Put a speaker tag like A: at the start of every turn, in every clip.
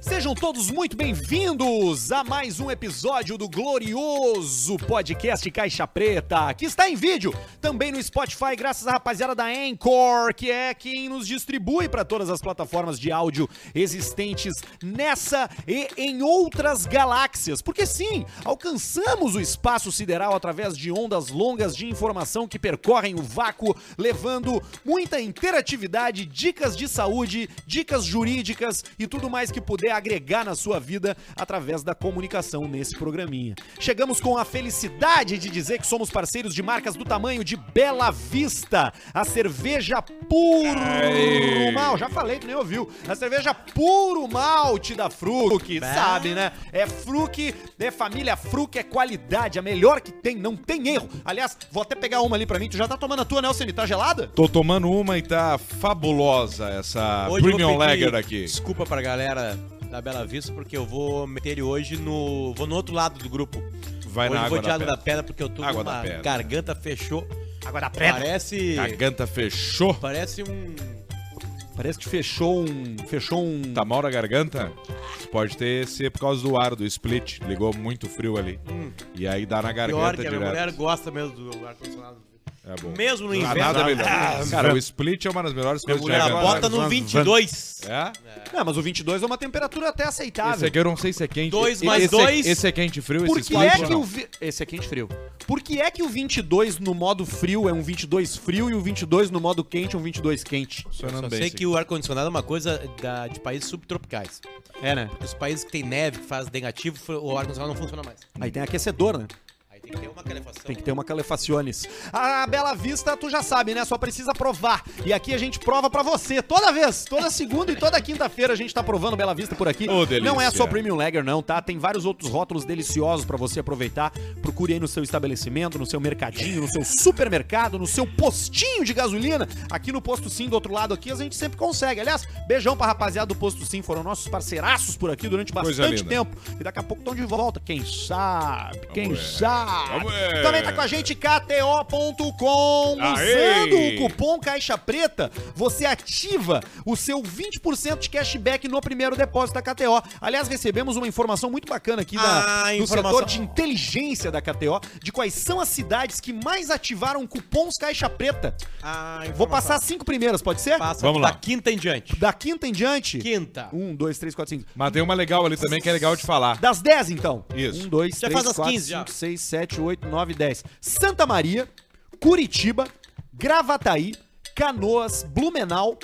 A: Sejam todos muito bem-vindos a mais um episódio do glorioso podcast Caixa Preta, que está em vídeo também no Spotify, graças à rapaziada da Anchor, que é quem nos distribui para todas as plataformas de áudio existentes nessa e em outras galáxias. Porque sim, alcançamos o espaço sideral através de ondas longas de informação que percorrem o vácuo, levando muita interatividade, dicas de saúde, dicas jurídicas e tudo mais que puder agregar na sua vida através da comunicação nesse programinha. Chegamos com a felicidade de dizer que somos parceiros de marcas do tamanho de Bela Vista, a cerveja puro mal, já falei, tu nem ouviu. A cerveja puro malte da Fruc, sabe, né? É Fruc, é família Fruc, é qualidade, a melhor que tem, não tem erro. Aliás, vou até pegar uma ali pra mim, tu já tá tomando a tua, né, Alcine? Tá gelada?
B: Tô tomando uma e tá fabulosa essa
C: Hoje eu vou
B: Premium
C: pedir
B: Lager Ah, aqui.
C: Desculpa pra galera da Bela Vista, porque eu vou meter ele hoje no. Vou no outro lado do grupo.
B: Vai
C: hoje
B: na
C: eu
B: água
C: vou de
B: da
C: água
B: pedra.
C: da pedra, porque eu tô
B: Água
C: com
B: da
C: uma
B: pedra.
C: garganta fechou.
A: Agora da
C: Parece.
B: Garganta fechou.
C: Parece um.
A: Parece que fechou um. Fechou um.
B: Tá mal na garganta? Isso Pode ter sido por causa do ar, do split. Ligou muito frio ali. E aí dá na
C: Hum. Pior
B: garganta
C: que a minha mulher
B: direto.
C: gosta mesmo do ar-condicionado.
B: É bom.
C: Mesmo no
B: Ah,
C: inverno.
B: nada melhor.
C: Ah,
B: Cara, o split é uma das melhores
C: minha
B: coisas
C: mulher
B: garganta.
C: bota no 22.
B: É?
A: Não, mas o 22 é uma temperatura até
B: Esse
A: aceitável.
B: aqui eu não sei se é quente.
C: Dois
B: E-
C: mais
B: esse,
C: dois.
B: Esse é quente e frio,
A: Por
B: esse
A: que é
B: split.
A: que
B: não.
A: o vi... Esse é quente frio. Por que é que o 22 no modo frio é um 22 frio e o 22 no modo quente é um 22 quente?
B: Funcionando
C: Só
B: bem,
C: sei
B: sim.
C: que o ar-condicionado é uma coisa da- de países subtropicais.
A: É, né?
C: Os países que tem neve, que faz negativo, o ar-condicionado não funciona mais.
A: Aí tem aquecedor, né?
C: Aí tem que ter uma calefação.
A: Tem que ter uma calefaciones. A Bela Vista, tu já sabe, né? Só precisa provar. E aqui a gente prova pra você toda vez, toda segunda e toda quinta-feira a gente tá provando Bela Vista por aqui.
B: Ô, delícia.
A: não é só Premium Lager não, tá? Tem vários outros rótulos deliciosos pra você aproveitar. Procure aí no seu estabelecimento, no seu mercadinho, no seu supermercado, no seu postinho de gasolina. Aqui no Posto Sim do outro lado aqui a gente sempre consegue. Aliás, beijão pra rapaziada do Posto Sim, foram nossos parceiraços por aqui durante
B: Coisa
A: bastante
B: linda.
A: tempo. E daqui a pouco estão de volta, quem sabe? quem
B: ver.
A: sabe?
B: Vamos ver.
A: Também tá com a gente KTO.com. Usando
B: Aê!
A: o cupom Caixa Preta, você ativa o seu 20% de cashback no primeiro depósito da KTO. Aliás, recebemos uma informação muito bacana aqui da,
C: Ah,
A: do
C: informação.
A: setor de inteligência da KTO de quais são as cidades que mais ativaram cupons Caixa Preta.
C: Ah,
A: Vou passar as cinco primeiras, pode ser?
C: Passa
B: Vamos lá.
C: da quinta em diante.
A: Da quinta em diante.
C: Quinta.
A: Um, dois, três, quatro, cinco.
B: Mas tem uma legal ali também que é legal de falar.
A: Das 10, então.
B: Isso.
A: 1, 2,
C: Já
A: 3,
C: faz as
A: 4,
C: 15 já.
A: 5, 6, 7, 8, 9, 10. Santa Maria, Curitiba, Gravataí, Canoas, Blumenau.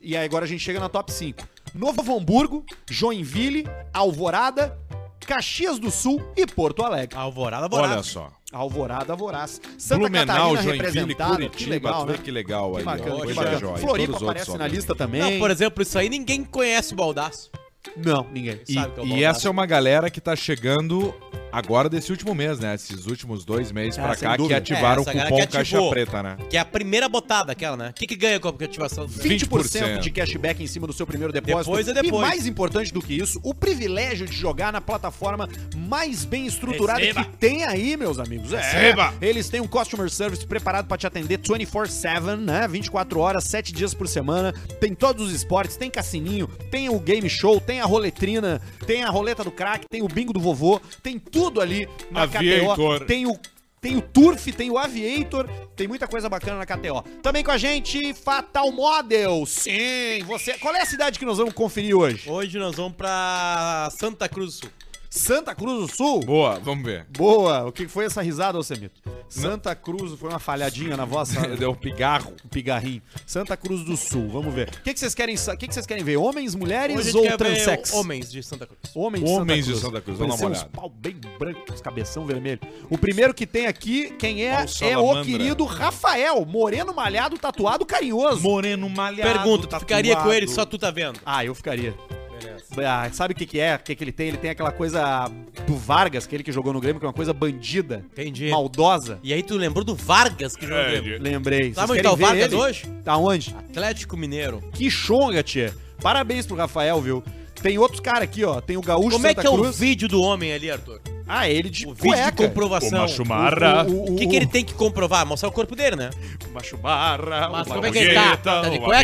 A: E aí agora a gente chega na top 5. Novo Hamburgo, Joinville, Alvorada, Caxias do Sul e Porto
B: Ah.
A: Alegre.
C: Alvorada, alvorada.
B: Olha só.
A: Alvorada, Voraz. Santa
B: Blumenau,
A: Catarina
B: Joinville,
A: representada.
B: Curitiba,
A: que legal,
B: tu vê
A: né?
B: que legal aí.
A: Que
B: ó.
A: bacana, que
B: Coisa
A: bacana.
B: jóia. E todos
A: Floripa
B: os outros
A: aparece na
B: sobem.
A: lista também.
C: Não, por exemplo, isso aí ninguém conhece o Baldaço.
A: Não, ninguém.
B: E,
C: sabe que é o
B: e
C: Baldaço.
B: essa é uma galera que tá chegando agora desse último mês, né? Esses últimos dois meses
A: Ah,
B: pra
A: sem
B: cá que
A: dúvida.
B: ativaram
C: É,
B: o
C: essa galera
B: cupom
C: que
B: Caixa
C: ativou.
B: Preta, né?
C: Que é a primeira botada, aquela, né? O que, que ganha com a ativação?
A: 20%
B: 20%
A: de cashback em cima do seu primeiro depósito.
C: Depois é depois.
A: E mais importante do que isso, o privilégio de jogar na plataforma mais bem estruturada
C: Receba.
A: que tem aí, meus amigos. É.
B: Receba.
A: Eles têm um customer service preparado pra te atender 24/7, né? 24 horas, 7 dias por semana. Tem todos os esportes, tem cassininho, tem o game show, tem a roletrina, tem a roleta do crack, tem o bingo do vovô, tem tudo ali na
B: Aviator.
A: KTO. Tem o tem o Turf, tem o Aviator, tem muita coisa bacana na KTO. Também com a gente, Fatal Model. Sim, você. Qual é a cidade que nós vamos conferir hoje?
C: Hoje nós vamos pra Santa Cruz do Sul.
A: Santa Cruz do Sul.
B: Boa, vamos ver.
A: Boa. O que foi essa risada, Alcemito? Santa Cruz, foi uma falhadinha na voz,
B: Deu um pigarro.
A: pigarrinho. Santa Cruz do Sul, vamos ver. O que, que vocês querem sa- o que, que vocês querem ver? Homens,
C: Hoje a
A: mulheres
C: gente
A: ou
C: quer ver
A: transex?
C: Homens de Santa Cruz.
A: Homens
B: Homens de Santa Cruz, vamos dar uma
A: Parecia
B: olhada.
A: uns pau um bem brancos, cabeção vermelho. O primeiro que tem aqui, quem é,
B: Pau
A: é o
B: salamandra.
A: querido Rafael, moreno malhado, tatuado, carinhoso.
B: Moreno malhado.
C: Pergunta, tu ficaria com ele, só
B: tatuado.
C: tu tá vendo.
A: Ah, eu ficaria.
C: Beleza.
A: Ah, sabe o que, que é? O que, que ele tem? Ele tem aquela coisa do Vargas, aquele que jogou no Grêmio, que é uma coisa bandida,
C: Entendi.
A: maldosa.
C: E aí tu lembrou do Vargas que jogou no Grêmio.
A: Lembrei.
C: Sabe
A: Vocês
C: onde
A: querem
C: tá o
A: ver
C: Vargas
A: ele?
C: hoje?
A: Tá onde?
C: Atlético Mineiro.
A: Que chonga, tia. Parabéns pro Rafael, viu? Tem outros caras aqui, ó. Tem o Gaúcho
C: Como é que
A: Santa
C: é o
A: Cruz.
C: vídeo do homem ali, Arthur?
A: Ah, ele de
C: O vídeo
A: cueca.
C: de comprovação.
B: Uma chumarra. um
A: O- o-
C: O que, que ele tem que comprovar? Mostrar o corpo dele, né?
B: Uma chumarra,
C: Mas
B: uma
C: como é que ele tá?
B: bagueta,
C: Tá de
B: uma
C: cueca?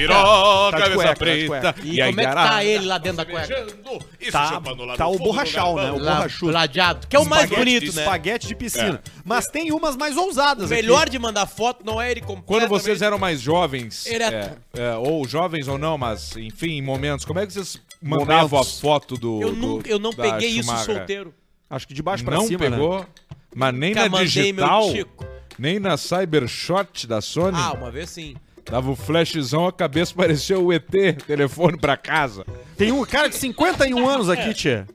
A: Tá
B: piroca,
A: de
B: cabeça
A: cueca, tá de
B: preta.
A: cueca.
C: E, como é que tá ele lá dentro da cueca?
B: beijando, isso
A: Tá,
B: chupando lá
A: tá
B: no
A: o
B: fundo do
A: borrachal, né?
B: gargalo.
A: O
C: Lá,
A: borrachudo. É.
C: Ladeado. Que é o mais bonito, né?
A: Espaguete de piscina. Mas tem umas mais ousadas aqui.
C: Melhor de mandar foto não é ele completo.
B: Quando vocês eram mais jovens,
C: Ereto.
B: é, é, ou jovens ou não, mas enfim, em momentos, como é que vocês mandavam
A: Momentos.
B: a foto do.
C: Eu,
B: do-
C: nunca, eu não
B: da
C: peguei isso
B: Schumacher?
C: solteiro.
A: Acho que de baixo pra
B: Não
A: cima, né?
B: pegou, mas nem
C: Nunca
B: na
C: mandei meu
B: digital,
C: tico.
B: nem na Cybershot da Sony,
C: Ah, uma vez sim.
B: dava o flashzão, a cabeça parecia o ET, telefone pra casa.
A: Tem um cara de 51 anos aqui,
B: É.
A: tia.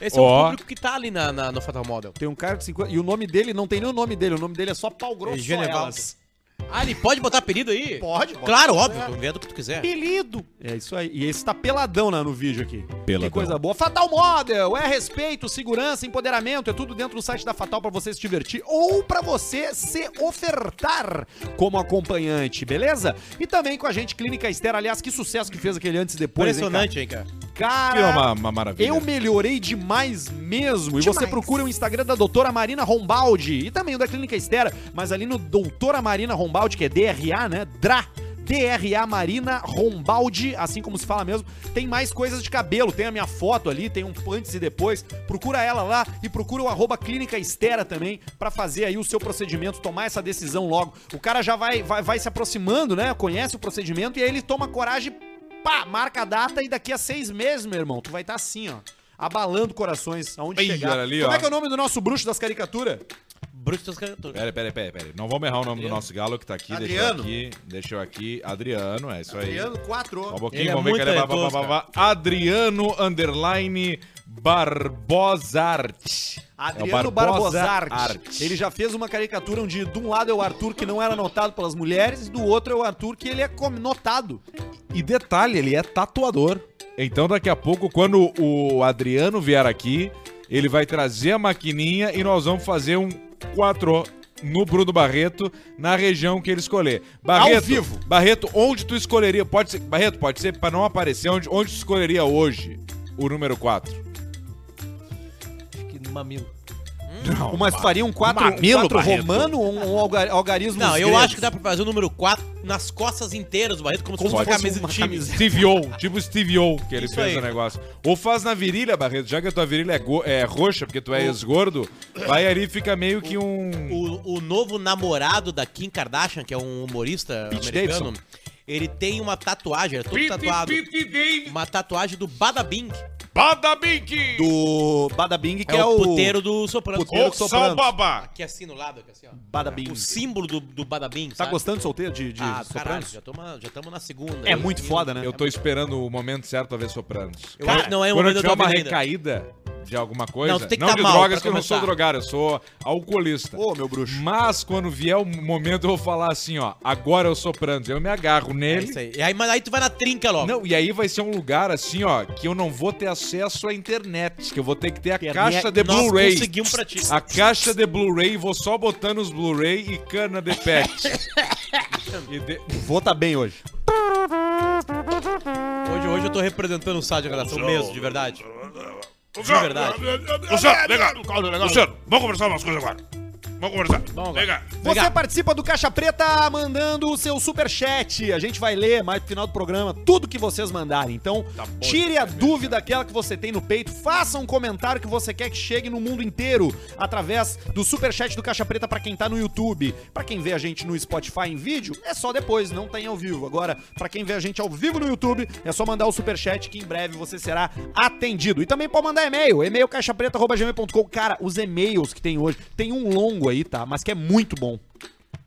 C: Esse é
B: Ó.
C: o público que tá ali na, na- no Fatal Model.
A: Tem um cara de 50... E o nome dele, não tem nem o nome dele. O nome dele é só Pau Grosso.
C: É
A: só
C: Genevaldo.
A: elas.
C: Ah, ele pode botar apelido aí?
A: Pode, pode.
C: Claro, óbvio. Tu Vendo o que tu quiser.
A: Apelido. É isso aí. E esse tá peladão lá no vídeo aqui.
B: Peladão.
A: Que coisa boa. Fatal Model é respeito, segurança, empoderamento. É tudo dentro do site da Fatal pra você se divertir ou pra você se ofertar como acompanhante, beleza? E também com a gente, Clínica Estera. Aliás, que sucesso que fez aquele antes e depois. hein,
C: Impressionante, hein, cara?
A: cara?
B: Que é
A: Cara,
B: uma, uma maravilha.
A: Eu melhorei demais mesmo. E você procura o Instagram da doutora Marina Rombaldi e também o da Clínica Estera, mas ali no doutora Marina Rombaldi, que é DRA, né? DRA. DRA Marina Rombaldi, assim como se fala mesmo, tem mais coisas de cabelo. Tem a minha foto ali, tem um antes e depois. Procura ela lá e procura o arroba Clínica Estera também pra fazer aí o seu procedimento, tomar essa decisão logo. O cara já vai, vai, vai se aproximando, né? Conhece o procedimento e aí ele toma coragem pá, marca a data e daqui a seis meses, meu irmão, tu vai estar assim, ó. Abalando corações, aonde
B: Ih,
A: chegar.
B: olha ali,
A: Como
B: ó.
A: é que é o nome do nosso bruxo das caricaturas?
C: Bruxo das caricaturas.
B: Peraí, peraí, peraí, peraí. Não vamos errar o nome do nosso galo que tá aqui.
A: Adriano.
B: Deixa eu aqui. Deixa eu aqui. Adriano, é isso aí. Adriano. Só um
A: 4.
B: pouquinho,
C: Ele é
B: vamos ver
C: muito
B: que ele é.
C: talentoso,
B: babá, babá. Adriano Underline Barbosart.
A: Adriano
B: É o
A: Barbosart.
B: Art.
A: Ele já fez uma caricatura onde de um lado é o Arthur que não era notado pelas mulheres, e do outro é o Arthur que ele é com- notado.
B: E detalhe, ele é tatuador. Então daqui a pouco, quando o Adriano vier aqui, ele vai trazer a maquininha e nós vamos fazer um 4 no Bruno Barreto, na região que ele escolher. Barreto,
A: vivo.
B: Barreto, onde tu escolheria? Pode ser, Barreto, pode ser para não aparecer onde, onde tu escolheria hoje o número 4.
D: Que no mamilo.
A: Mas faria um 4
B: Mamilo, Barreto.
A: romano ou um, algar- algarismo
C: Não, eu
A: grego?
C: acho que dá pra fazer o número 4 nas costas inteiras do Barreto, como, se fosse uma
A: fosse
C: camisa
A: uma
C: de time.
A: camisa.
B: Steve O, tipo Steve O, que ele
C: Isso
B: fez
C: aí.
B: o negócio. Ou faz na virilha, Barreto, já que a tua virilha é, go- é roxa, porque tu é esgordo, vai ali e fica meio que um...
C: O, o novo namorado da Kim Kardashian, que é um humorista
B: Pete
C: americano, ele tem uma tatuagem, é todo tatuado. Uma tatuagem do Bada Bing,
B: Badabink!
A: Do Badabing, que
C: que
A: é, o.
C: puteiro do Soprano.
A: puteiro
C: O-
A: do Sopranos.
B: Salbaba!
C: Aqui assim no lado, aqui assim, ó.
A: Badabing.
C: O símbolo do, do Bada Bing,
A: Tá
C: sabe?
A: gostando de solteiro de, de
C: Ah, caralho,
A: Sopranos?
C: já estamos já tamo na segunda.
A: É
C: Eu-
A: muito
C: eu-
A: foda, né?
B: Eu tô esperando o momento certo a ver Sopranos.
C: Eu acho que não é o
B: Quando eu
C: momento
B: tiver
C: da tua
B: uma
C: vida ainda.
B: recaída de alguma coisa,
C: Não,
B: não,
C: tu tem que tá
B: de
C: mal
B: drogas,
C: pra
B: que eu não sou
C: começar.
B: drogado, eu sou alcoolista.
A: Ô, meu bruxo.
B: Mas quando vier o momento, eu vou falar assim, ó, agora eu Sopranos, eu me agarro
C: É
B: nele.
C: isso aí. E aí, mas aí tu vai na trinca logo.
B: Não, e aí vai ser um lugar assim, ó, que eu não vou ter acesso à internet, que eu vou ter que ter a
A: Internet.
B: caixa de
C: Nós
B: Blu-ray.
C: conseguimos pra ti.
B: A caixa de Blu-ray, vou só botando os Blu-ray e cana de pet. e de...
A: Vou tá bem hoje.
C: Hoje, hoje eu tô representando o Sá de relação mesmo, de verdade. De verdade.
E: Luciano, vem cá. Luciano, vamos conversar umas coisas agora.
B: Vamos conversar.
C: Vamos agora.
B: Vem cá.
A: Você
C: Legal.
A: participa do Caixa Preta mandando o seu superchat. A gente vai ler mais no final do programa tudo que vocês mandarem. Então,
B: Tá bom,
A: tire a
B: cara,
A: dúvida aquela que você tem no peito, faça um comentário que você quer que chegue no mundo inteiro através do superchat do Caixa Preta pra quem tá no YouTube. Pra quem vê a gente no Spotify em vídeo, é só depois, não tem ao vivo. Agora, pra quem vê a gente ao vivo no YouTube, é só mandar o superchat que em breve você será atendido. E também pode mandar e-mail, e-mail caixapreta@gmail.com. Cara, os e-mails que tem hoje, tem um longo aí, tá? Mas que é muito bom.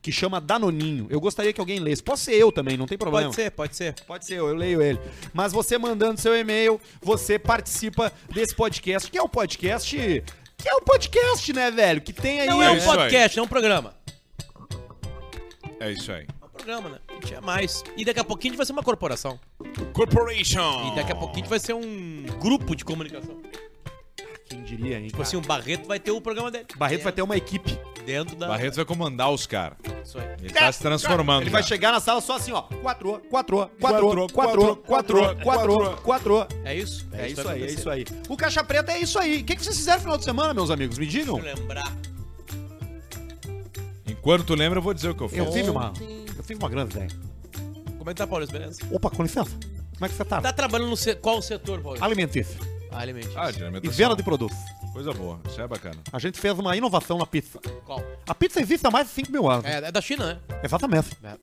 A: Que chama Danoninho. Eu gostaria que alguém lesse. Posso ser eu também, não tem problema.
C: Pode ser, pode ser.
A: Pode ser, eu eu leio ele. Mas você mandando seu e-mail, você participa desse podcast, que é o podcast. Que é o podcast, né, velho? Que tem aí. né?
C: Não é um
B: isso aí.
C: podcast, é um programa.
B: É isso aí.
C: É um programa, né? A gente é mais. E daqui a pouquinho a gente vai ser uma corporação.
B: Corporation.
C: E daqui a pouquinho a gente vai ser um grupo de comunicação.
A: Quem diria, hein?
C: Tipo assim, o Barreto vai ter o programa dele.
A: Barreto vai ter uma equipe.
C: Dentro da.
B: Barreto vai comandar os caras.
C: Isso aí.
B: Ele tá se transformando.
A: É, Ele vai
B: já.
A: chegar na sala só assim, ó. 4, 4, 4, 4, 4, 4, 4, 4.
C: É isso?
A: É isso
C: vai
A: aí, é
C: acontecer.
A: isso aí. O Caixa Preta é isso aí. O que, que vocês fizeram no final de semana, meus amigos? Me digam.
C: Deixa eu lembrar.
B: Enquanto tu lembra, eu vou dizer o que eu fiz.
A: Eu tive uma. Eu tive uma grande ideia.
C: Como é que tá, Paulo? Beleza?
A: Opa, com licença. Como é que você tá?
C: Tá trabalhando no se... qual setor, Paulo?
A: Alimentício.
C: Alimentício.
B: Ah,
A: E
B: dinamitação.
A: venda de produtos.
B: Coisa boa. Isso é bacana.
A: A gente fez uma inovação na pizza.
C: Qual?
A: A pizza existe há mais de 5 mil anos.
C: É, é da China, né?
A: Exatamente.
C: É.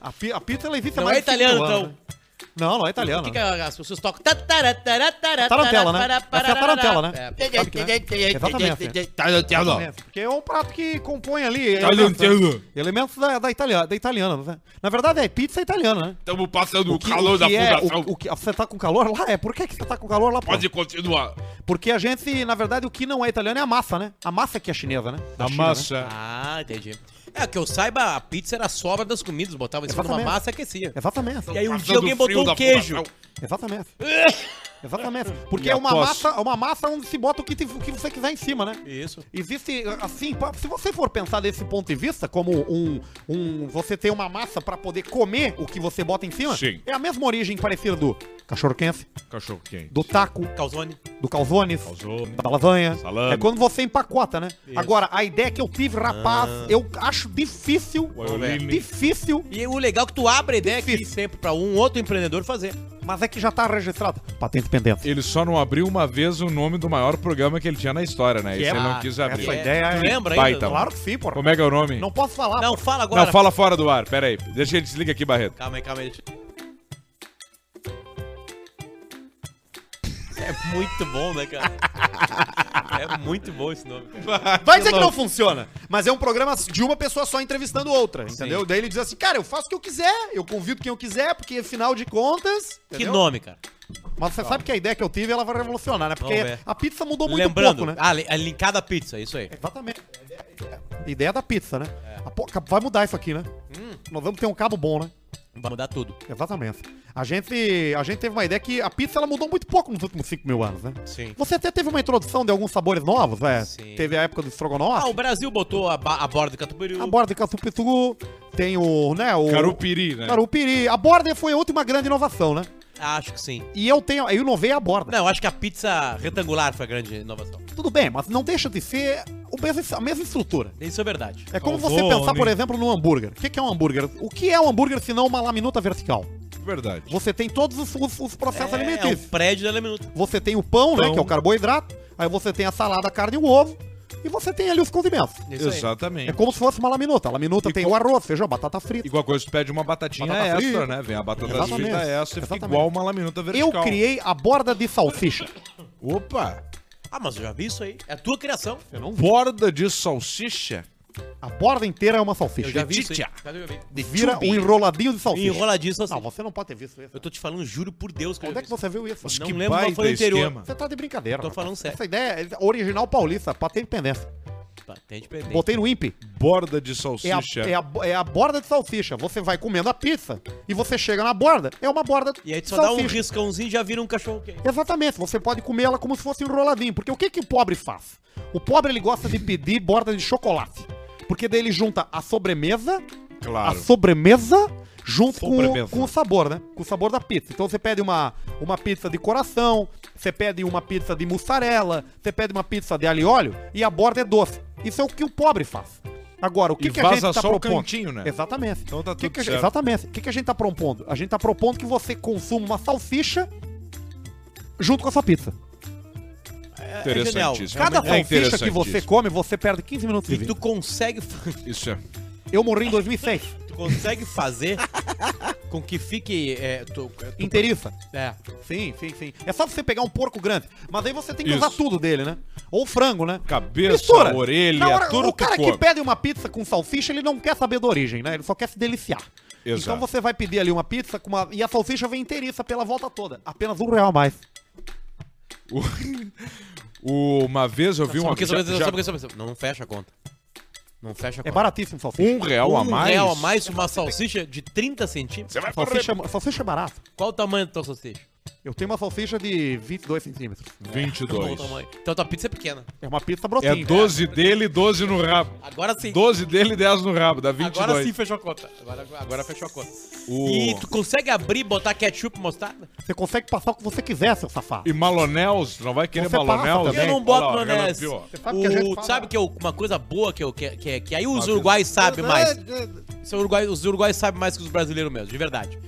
A: A, pi- a pizza ela existe há
C: Não
A: mais
C: é
A: de 5
C: italiano,
A: mil anos.
C: então.
A: né? Não, não é italiano.
C: O que, que as pessoas tocam? Tá, Tarantela,
A: Tarantela, né? Essa é a tarantela, né? Sabe que é? Exatamente.
C: Exatamente.
A: É, Porque é um prato que compõe ali elementos, né?
B: Estamos
A: elementos da, da, italiana, da italiana. né? Na verdade, é pizza italiana, né?
B: passando o
A: que-
B: calor da
A: que é-
B: fundação.
A: o- o que- você tá com calor lá? É, por que, que você tá com calor lá? pô?
B: Pode continuar.
A: Porque a gente, na verdade, o que não é italiano é a massa, né? A massa que é chinesa, né? Da
B: A
A: China, né?
B: massa.
C: Ah, entendi. É, que eu saiba, a pizza era a sobra das comidas, botava em cima de uma
A: Exatamente.
C: massa e aquecia.
A: Exatamente.
C: E aí um
B: Passando
C: dia alguém
B: o frio
C: botou um
B: da
C: queijo.
B: fundação.
A: Exatamente. Exatamente. Porque
B: E
A: é uma
B: após-
A: massa, é uma massa onde se bota o que, te- o que você quiser em cima, né?
C: Isso.
A: Existe, assim, pa- se você for pensar desse ponto de vista, como um. um você tem uma massa pra poder comer o que você bota em cima,
B: Sim.
A: é a mesma origem parecida do cachorro quente,
B: Cachorro quente.
A: do taco,
C: Calzone.
A: do calzones,
B: Calzone.
A: da lasanha.
B: Salame.
A: É quando você empacota, né?
C: Isso.
A: Agora, a ideia que eu tive, rapaz,
B: Ah.
A: eu acho difícil.
B: aioli.
A: Difícil,
C: E o legal é que tu abre a ideia aqui
A: Difícil.
C: sempre pra um outro empreendedor fazer.
A: mas é que já tá registrado. Patente pendente.
B: Ele só não abriu uma vez o nome do maior programa que ele tinha na história, né?
A: Que
B: Esse
A: é-
B: ele não quis
A: essa
B: abrir.
A: a ideia
C: tu
A: é-
C: lembra
B: Baita.
C: ainda?
A: Claro que sim, porra.
B: Como é que é o nome?
A: Não posso falar.
C: Não, fala agora.
B: Não, fala fora do ar. Pera aí. Deixa ele desliga aqui, Barreto.
C: Calma aí, calma aí. É muito bom, né, cara? É muito bom esse nome, cara.
A: Vai dizer que não funciona. Mas é um programa de uma pessoa só entrevistando outra, entendeu? Daí ele diz assim, cara, eu faço o que eu quiser, eu convido quem eu quiser, porque afinal de contas...
C: Que
A: entendeu?
C: nome, cara.
A: Mas você sabe que a ideia que eu tive, ela vai revolucionar, né? Porque
C: Tá. Vamos ver.
A: a pizza mudou muito
C: Lembrando,
A: pouco, né?
C: ah, li- é linkada à pizza, isso aí.
A: Exatamente. Ideia da pizza, né?
C: É.
A: A po- Vai mudar isso aqui, né?
C: Hum.
A: Nós vamos ter um cabo bom, né?
C: Vai mudar tudo.
A: Exatamente. A gente, a gente teve uma ideia que a pizza ela mudou muito pouco nos últimos 5 mil anos, né?
C: Sim.
A: Você até teve uma introdução de alguns sabores novos, né?
C: Sim.
A: Teve a época do estrogonofe.
C: Ah, o Brasil botou a, ba- a borda do Catupiry.
A: A borda de Caçupitugu, tem o, né, o...
B: Carupiri, né?
A: Carupiri. A borda foi a última grande inovação, né?
C: Acho que sim.
A: E eu tenho, eu inovei a borda.
C: Não, acho que a pizza retangular foi a grande inovação.
A: Tudo bem, mas não deixa de ser o mesmo- a mesma estrutura.
C: Isso é verdade.
A: É como
B: Calzone.
A: você pensar, por exemplo, num hambúrguer. O que, que é um hambúrguer? O que é um hambúrguer se não uma laminuta vertical?
B: Verdade.
A: Você tem todos os, os- os processos
C: É, é um
A: alimentícios.
C: o prédio da Leminuta.
A: Você tem o pão, né,
B: Pão.
A: que é o carboidrato. Aí você tem a salada, a carne e o ovo. E você tem ali os condimentos.
C: Isso aí.
A: É
B: Exatamente.
A: como se fosse uma laminuta. A laminuta tem o arroz, feijão, batata frita.
B: Igual coisa, tu pede uma batatinha
A: Batata
B: extra,
A: frita.
B: né? Vem a batata
A: Exatamente.
B: frita extra e fica
A: Exatamente.
B: igual uma laminuta
A: Eu
B: vertical.
A: criei a borda de salsicha.
B: Opa!
C: Ah, mas eu já vi isso aí. É a tua criação.
A: Eu não vi.
B: Borda de salsicha?
A: A borda inteira é uma
C: Eu
A: salsicha.
C: já vi isso aí.
B: Chicha.
C: Cara, eu já vi.
A: Vira um enroladinho de salsicha.
C: Enroladinho só assim.
A: Não, você não pode ter visto isso.
C: Eu tô te falando, juro por Deus que eu
A: Onde
C: já
A: é que
C: vi isso.
A: você viu isso?
C: Não
B: que
C: lembro qual
B: baita
C: foi o interior.
B: esquema.
A: Você tá de brincadeira.
C: Tô
A: rapaz.
C: falando sério.
A: Essa ideia é original paulista, patente pendência.
C: Tá, tem de perder.
A: Botei no INPE.
B: Borda de
A: É a,
B: salsicha.
A: é, a, é a borda de salsicha. Você vai comendo a pizza e você chega na borda. É uma borda de
C: E aí tu só dá um
A: salsicha.
C: riscãozinho e já vira um cachorro quente.
A: Exatamente, você pode comer ela como se fosse um enroladinho. Porque o que, que o pobre faz? O pobre ele gosta de pedir borda de chocolate. Porque daí ele junta a sobremesa, a
B: Claro.
A: sobremesa junto com,
B: Sobremesa.
A: com o sabor, né? Com o sabor da pizza. Então você pede uma, uma pizza de coração, você pede uma pizza de mussarela, você pede uma pizza de alho e óleo e a borda é doce. Isso é o que o pobre faz. Agora, o que,
B: E
A: que a gente
B: vaza
A: tá
B: só o
A: propondo?
B: cantinho, né?
A: Exatamente.
B: Então tá
A: O que
B: tudo
A: que a gente-
B: certo.
A: Exatamente. O que, que a gente tá propondo? A gente tá propondo que você consuma uma salsicha junto com a sua pizza.
B: Interessantíssimo.
C: genial.
A: é Cada
C: Realmente
B: é
A: salsicha que você
B: interessantíssimo.
A: come, você perde 15 minutos de
C: E
A: vida.
C: tu consegue,
B: Isso é.
A: Eu morri em 2006,
C: tu consegue fazer com que fique. É, tu, tu-
A: em Terifa.
C: é.
A: Sim, sim, sim. É só você pegar um porco grande. Mas aí você tem que
B: Isso.
A: usar tudo dele, né? Ou frango, né?
B: Cabeça,
A: Mistura.
B: orelha,
A: Na hora,
B: tudo
A: O cara
B: que
A: que
B: come.
A: pede uma pizza com salsicha, ele não quer saber da origem, né? Ele só quer se deliciar.
B: Exato.
A: Então você vai pedir ali uma pizza com uma... e a salsicha vem inteiriça pela volta toda. Apenas um real a mais.
B: O- Uma vez eu vi
C: Só
B: uma
C: um pouquinho, só um
B: já-
C: pouquinho,
B: já-
C: só um pouquinho, só um pouquinho. Não, não fecha a conta. Não fecha a
A: É
C: conta.
A: baratíssimo salsicha.
B: um real a mais.
C: Um real a mais uma salsicha de 30 centímetros?
B: Você vai correr.
A: Salsicha, salsicha é barato.
C: Qual o tamanho da tua salsicha?
A: Eu tenho uma salsicha de 22 centímetros.
C: Qual o
B: 22.
C: tamanho? Então tua pizza é pequena.
A: É uma pizza
B: É
A: brotinha.
B: 12 dele, 12 no rabo.
C: Agora sim.
B: 12 dele, 10 no rabo, dá 22.
C: Agora sim fechou a conta. Agora, agora fechou a conta.
B: O-
C: E tu consegue abrir e botar ketchup e mostarda?
A: Você consegue passar o que você quiser, seu safado.
B: E malonels, não vai querer
A: Você passa
B: malonels? né?
A: também.
C: Eu não boto maionese.
A: Você sabe que a gente
C: O-
A: fala-
C: sabe que é o- uma coisa boa que, eu, que, que, que aí os uruguais sabem mais. Isso é uruguai- os uruguaios sabem mais que os brasileiros mesmo, de verdade.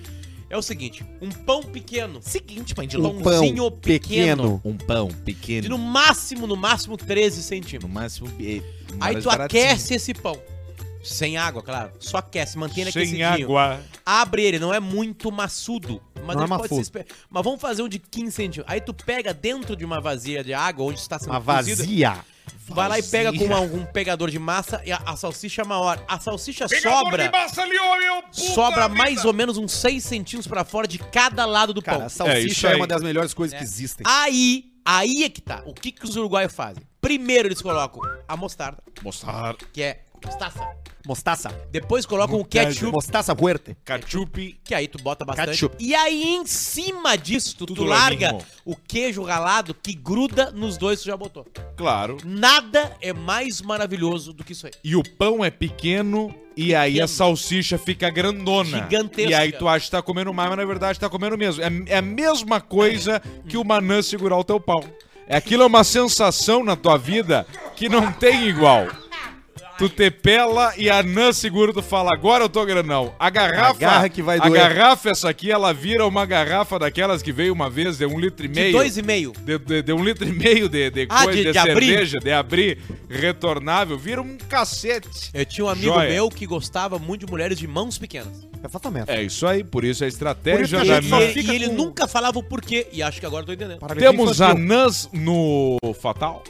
C: É o seguinte, um pão pequeno. Seguinte, mãe de
E: Um
C: pãozinho
E: pão
C: pequeno.
E: Um pão
C: De
E: pequeno.
C: no máximo, no máximo 13 centímetros.
E: No máximo. é,
C: Aí
E: mais
C: tu
E: baratinho.
C: aquece esse pão. Sem água, claro. Só aquece, mantém ele
B: Sem
C: aquecidinho.
B: água.
C: Abre ele, não é muito maçudo. Mas
A: Não
C: ele
A: é
C: pode
A: maçudo.
C: ser espe- Mas vamos fazer um de 15 centímetros. Aí tu pega dentro de uma vasilha de água, onde está sendo
A: Uma
C: cozida,
A: vazia.
C: Vai lá e pega com uma- um pegador de massa e a, a salsicha maior. A salsicha sobra, sobra mais ou menos uns 6 centímetros pra fora de cada lado do
E: Cara,
C: pão.
E: a salsicha
B: isso
E: é,
B: aí.
E: uma das melhores coisas
C: É.
E: que existem.
C: Aí, aí é que tá. O que, que os uruguaios fazem? Primeiro eles colocam a mostarda,
B: Mostar,
C: que é mostaça.
A: Mostaça.
C: Depois colocam o ketchup,
A: Mostaça fuerte.
B: ketchup.
C: que aí tu bota bastante.
A: Ketchup.
C: E aí em cima disso tu, tu
B: Tudo
C: larga
B: levinho.
C: o queijo ralado que gruda nos dois que tu já botou.
B: Claro.
C: Nada é mais maravilhoso do que isso aí.
B: E o pão é pequeno e aí a salsicha fica grandona.
C: Gigantesca.
B: E aí tu acha que tá comendo mais, mas na verdade tá comendo mesmo. É, é a mesma coisa que o manã segurar o teu pau. É aquilo é uma sensação na tua vida que não tem igual. Tu te pela e a anã segura, tu fala, agora eu tô grandão. A garrafa.
E: Agarra que vai
B: a
E: doer.
B: garrafa essa aqui, ela vira uma garrafa daquelas que veio uma vez, de um litro e
C: De
B: meio.
C: dois e meio.
B: De, de- de um litro e meio de, de
C: Ah,
B: coisa,
C: de-
B: de,
C: de abrir?
B: cerveja, de abrir, retornável, vira um cacete.
C: Eu tinha um amigo
B: Joia.
C: meu que gostava muito de mulheres de mãos pequenas.
A: Exatamente.
B: É isso aí, por isso a
A: Por
B: estratégia
A: isso que
C: E,
A: a
B: da
A: gente só
B: Nã.
C: ele,
A: fica
C: e ele
A: com-
C: nunca falava o porquê. E acho que agora eu tô entendendo.
A: Paralisia
B: Temos
A: infantil.
B: anãs no Fatal?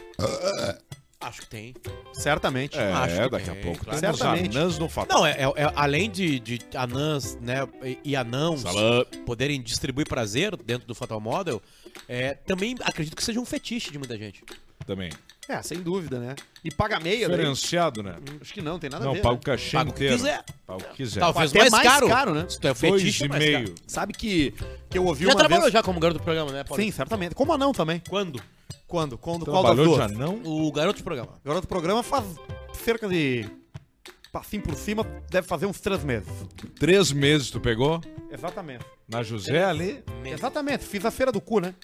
C: Acho que tem.
A: Certamente.
B: É,
C: Acho que
B: daqui a
C: tem,
B: pouco.
C: claro.
B: Temos
A: Certamente.
B: anãs no Fatal.
C: Não, é, é- é- além de, de anãs, né, e- e anãos
B: Salã.
C: poderem distribuir prazer dentro do Fatal Model, é, também acredito que seja um fetiche de muita gente.
B: Também.
A: É, sem dúvida, né? E paga meia, né?
B: Diferenciado, né?
A: Acho que não, tem nada a
B: Não,
A: ver.
B: paga o
A: né?
B: cachê
C: Paga o que
B: inteiro.
C: quiser.
B: Paga o que quiser.
C: Talvez
A: Até
C: mais,
A: mais
C: caro.
A: caro, né?
C: Se tu é um
B: Dois
C: fetiche,
B: e
C: é mais caro.
B: meio.
A: Sabe que, que eu ouvi
C: Já
A: uma
C: trabalhou
A: vez...
C: já como garoto do programa, né, Paulo?
A: Sim, certamente. Como anão também.
C: Quando?
A: Quando? Quando?
B: Trabalhou de anão?
C: O garoto do programa.
A: Agora do programa faz cerca de... Assim por cima, deve fazer uns três meses.
B: Três meses tu pegou?
A: Exatamente.
B: Na José
C: É.
B: ali?
A: Exatamente. Fiz a feira do cu, né?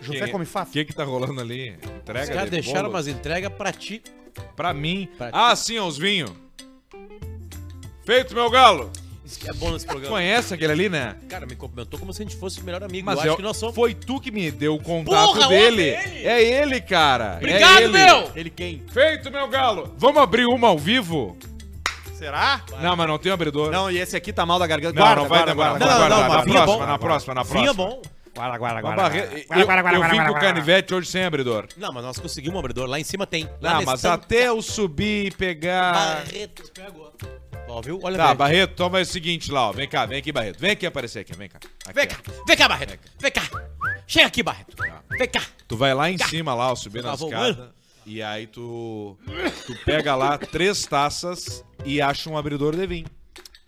A: José é
B: Que-
A: Come Fácil.
B: O que que tá rolando ali? Entrega
C: Os caras
B: de
C: deixaram
B: bolo?
C: umas entregas pra ti.
B: Pra mim.
C: Hum, Pra ti.
B: ah, sim, aos vinhos. Feito, meu galo.
C: Isso que é bom nesse programa.
B: Conhece aquele ali, né?
C: Cara, me cumprimentou como se a gente fosse o melhor amigo.
B: Mas
C: eu
B: é
C: acho
B: o-
C: que nós somos.
B: foi tu que me deu o contato
C: Porra,
B: dele.
C: olha ele!
B: É ele, cara.
C: Obrigado,
B: é ele.
C: meu!
A: Ele quem?
B: Feito, meu galo. Vamos abrir uma ao vivo?
A: Será?
B: Não, mas não tem abridor.
A: Não, e esse aqui tá mal da garganta.
B: Não, não vai demorar.
C: guarda.
B: Vamos
C: Não, não,
B: aguardar.
C: mas vinho é
B: na próxima,
C: bom.
B: na próxima, na próxima.
C: Vinha bom.
A: Guarda, guarda,
B: Uma
A: guarda.
B: barre- Eu, eu vim com o canivete hoje sem abridor.
C: Não, mas nós conseguimos um abridor. Lá em cima tem. Lá
B: Não,
C: na
B: mas
C: estante-
B: até eu subir e pegar...
C: Barretos pegou. Ó, viu? Olha
B: Tá,
C: bem.
B: Barreto, então vai o seguinte lá, ó. Vem cá, vem aqui, Barreto. Vem aqui aparecer aqui, vem cá. Aqui,
C: Vem cá,
B: ó.
C: vem cá, Barreto. Vem cá. Chega aqui, Barreto. Vem cá.
B: Tu vai lá em cima, lá, ó, subir na
C: Tá bom,
B: escada.
C: mano.
B: E aí tu, tu pega lá três taças e acha um abridor de vinho.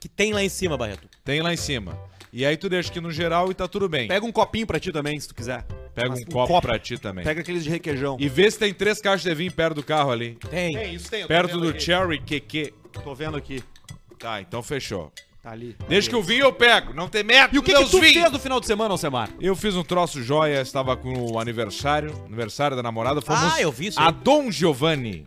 C: Que tem lá em cima, Barreto.
B: Tem lá em cima. E aí tu deixa aqui no geral e tá tudo bem. Pega,
A: Pega um copinho pra ti também, se tu quiser.
B: um copo, pra ti também.
A: Pega aqueles de requeijão.
B: E vê se tem três caixas de vinho perto do carro ali.
C: Tem.
A: isso tem. eu tô
B: Perto
A: vendo
B: do
A: aqui.
B: Cherry QQ.
A: Tô vendo aqui.
B: Tá, então fechou.
A: Tá ali.
B: Deixa que o vinho eu pego, não tem meta.
A: E o que, que tu fez no final de semana, Alcemar?
B: Eu fiz um troço joia, estava com o aniversário, aniversário da namorada. Fomos
C: Ah, eu vi isso aí.
B: a Dom Giovanni.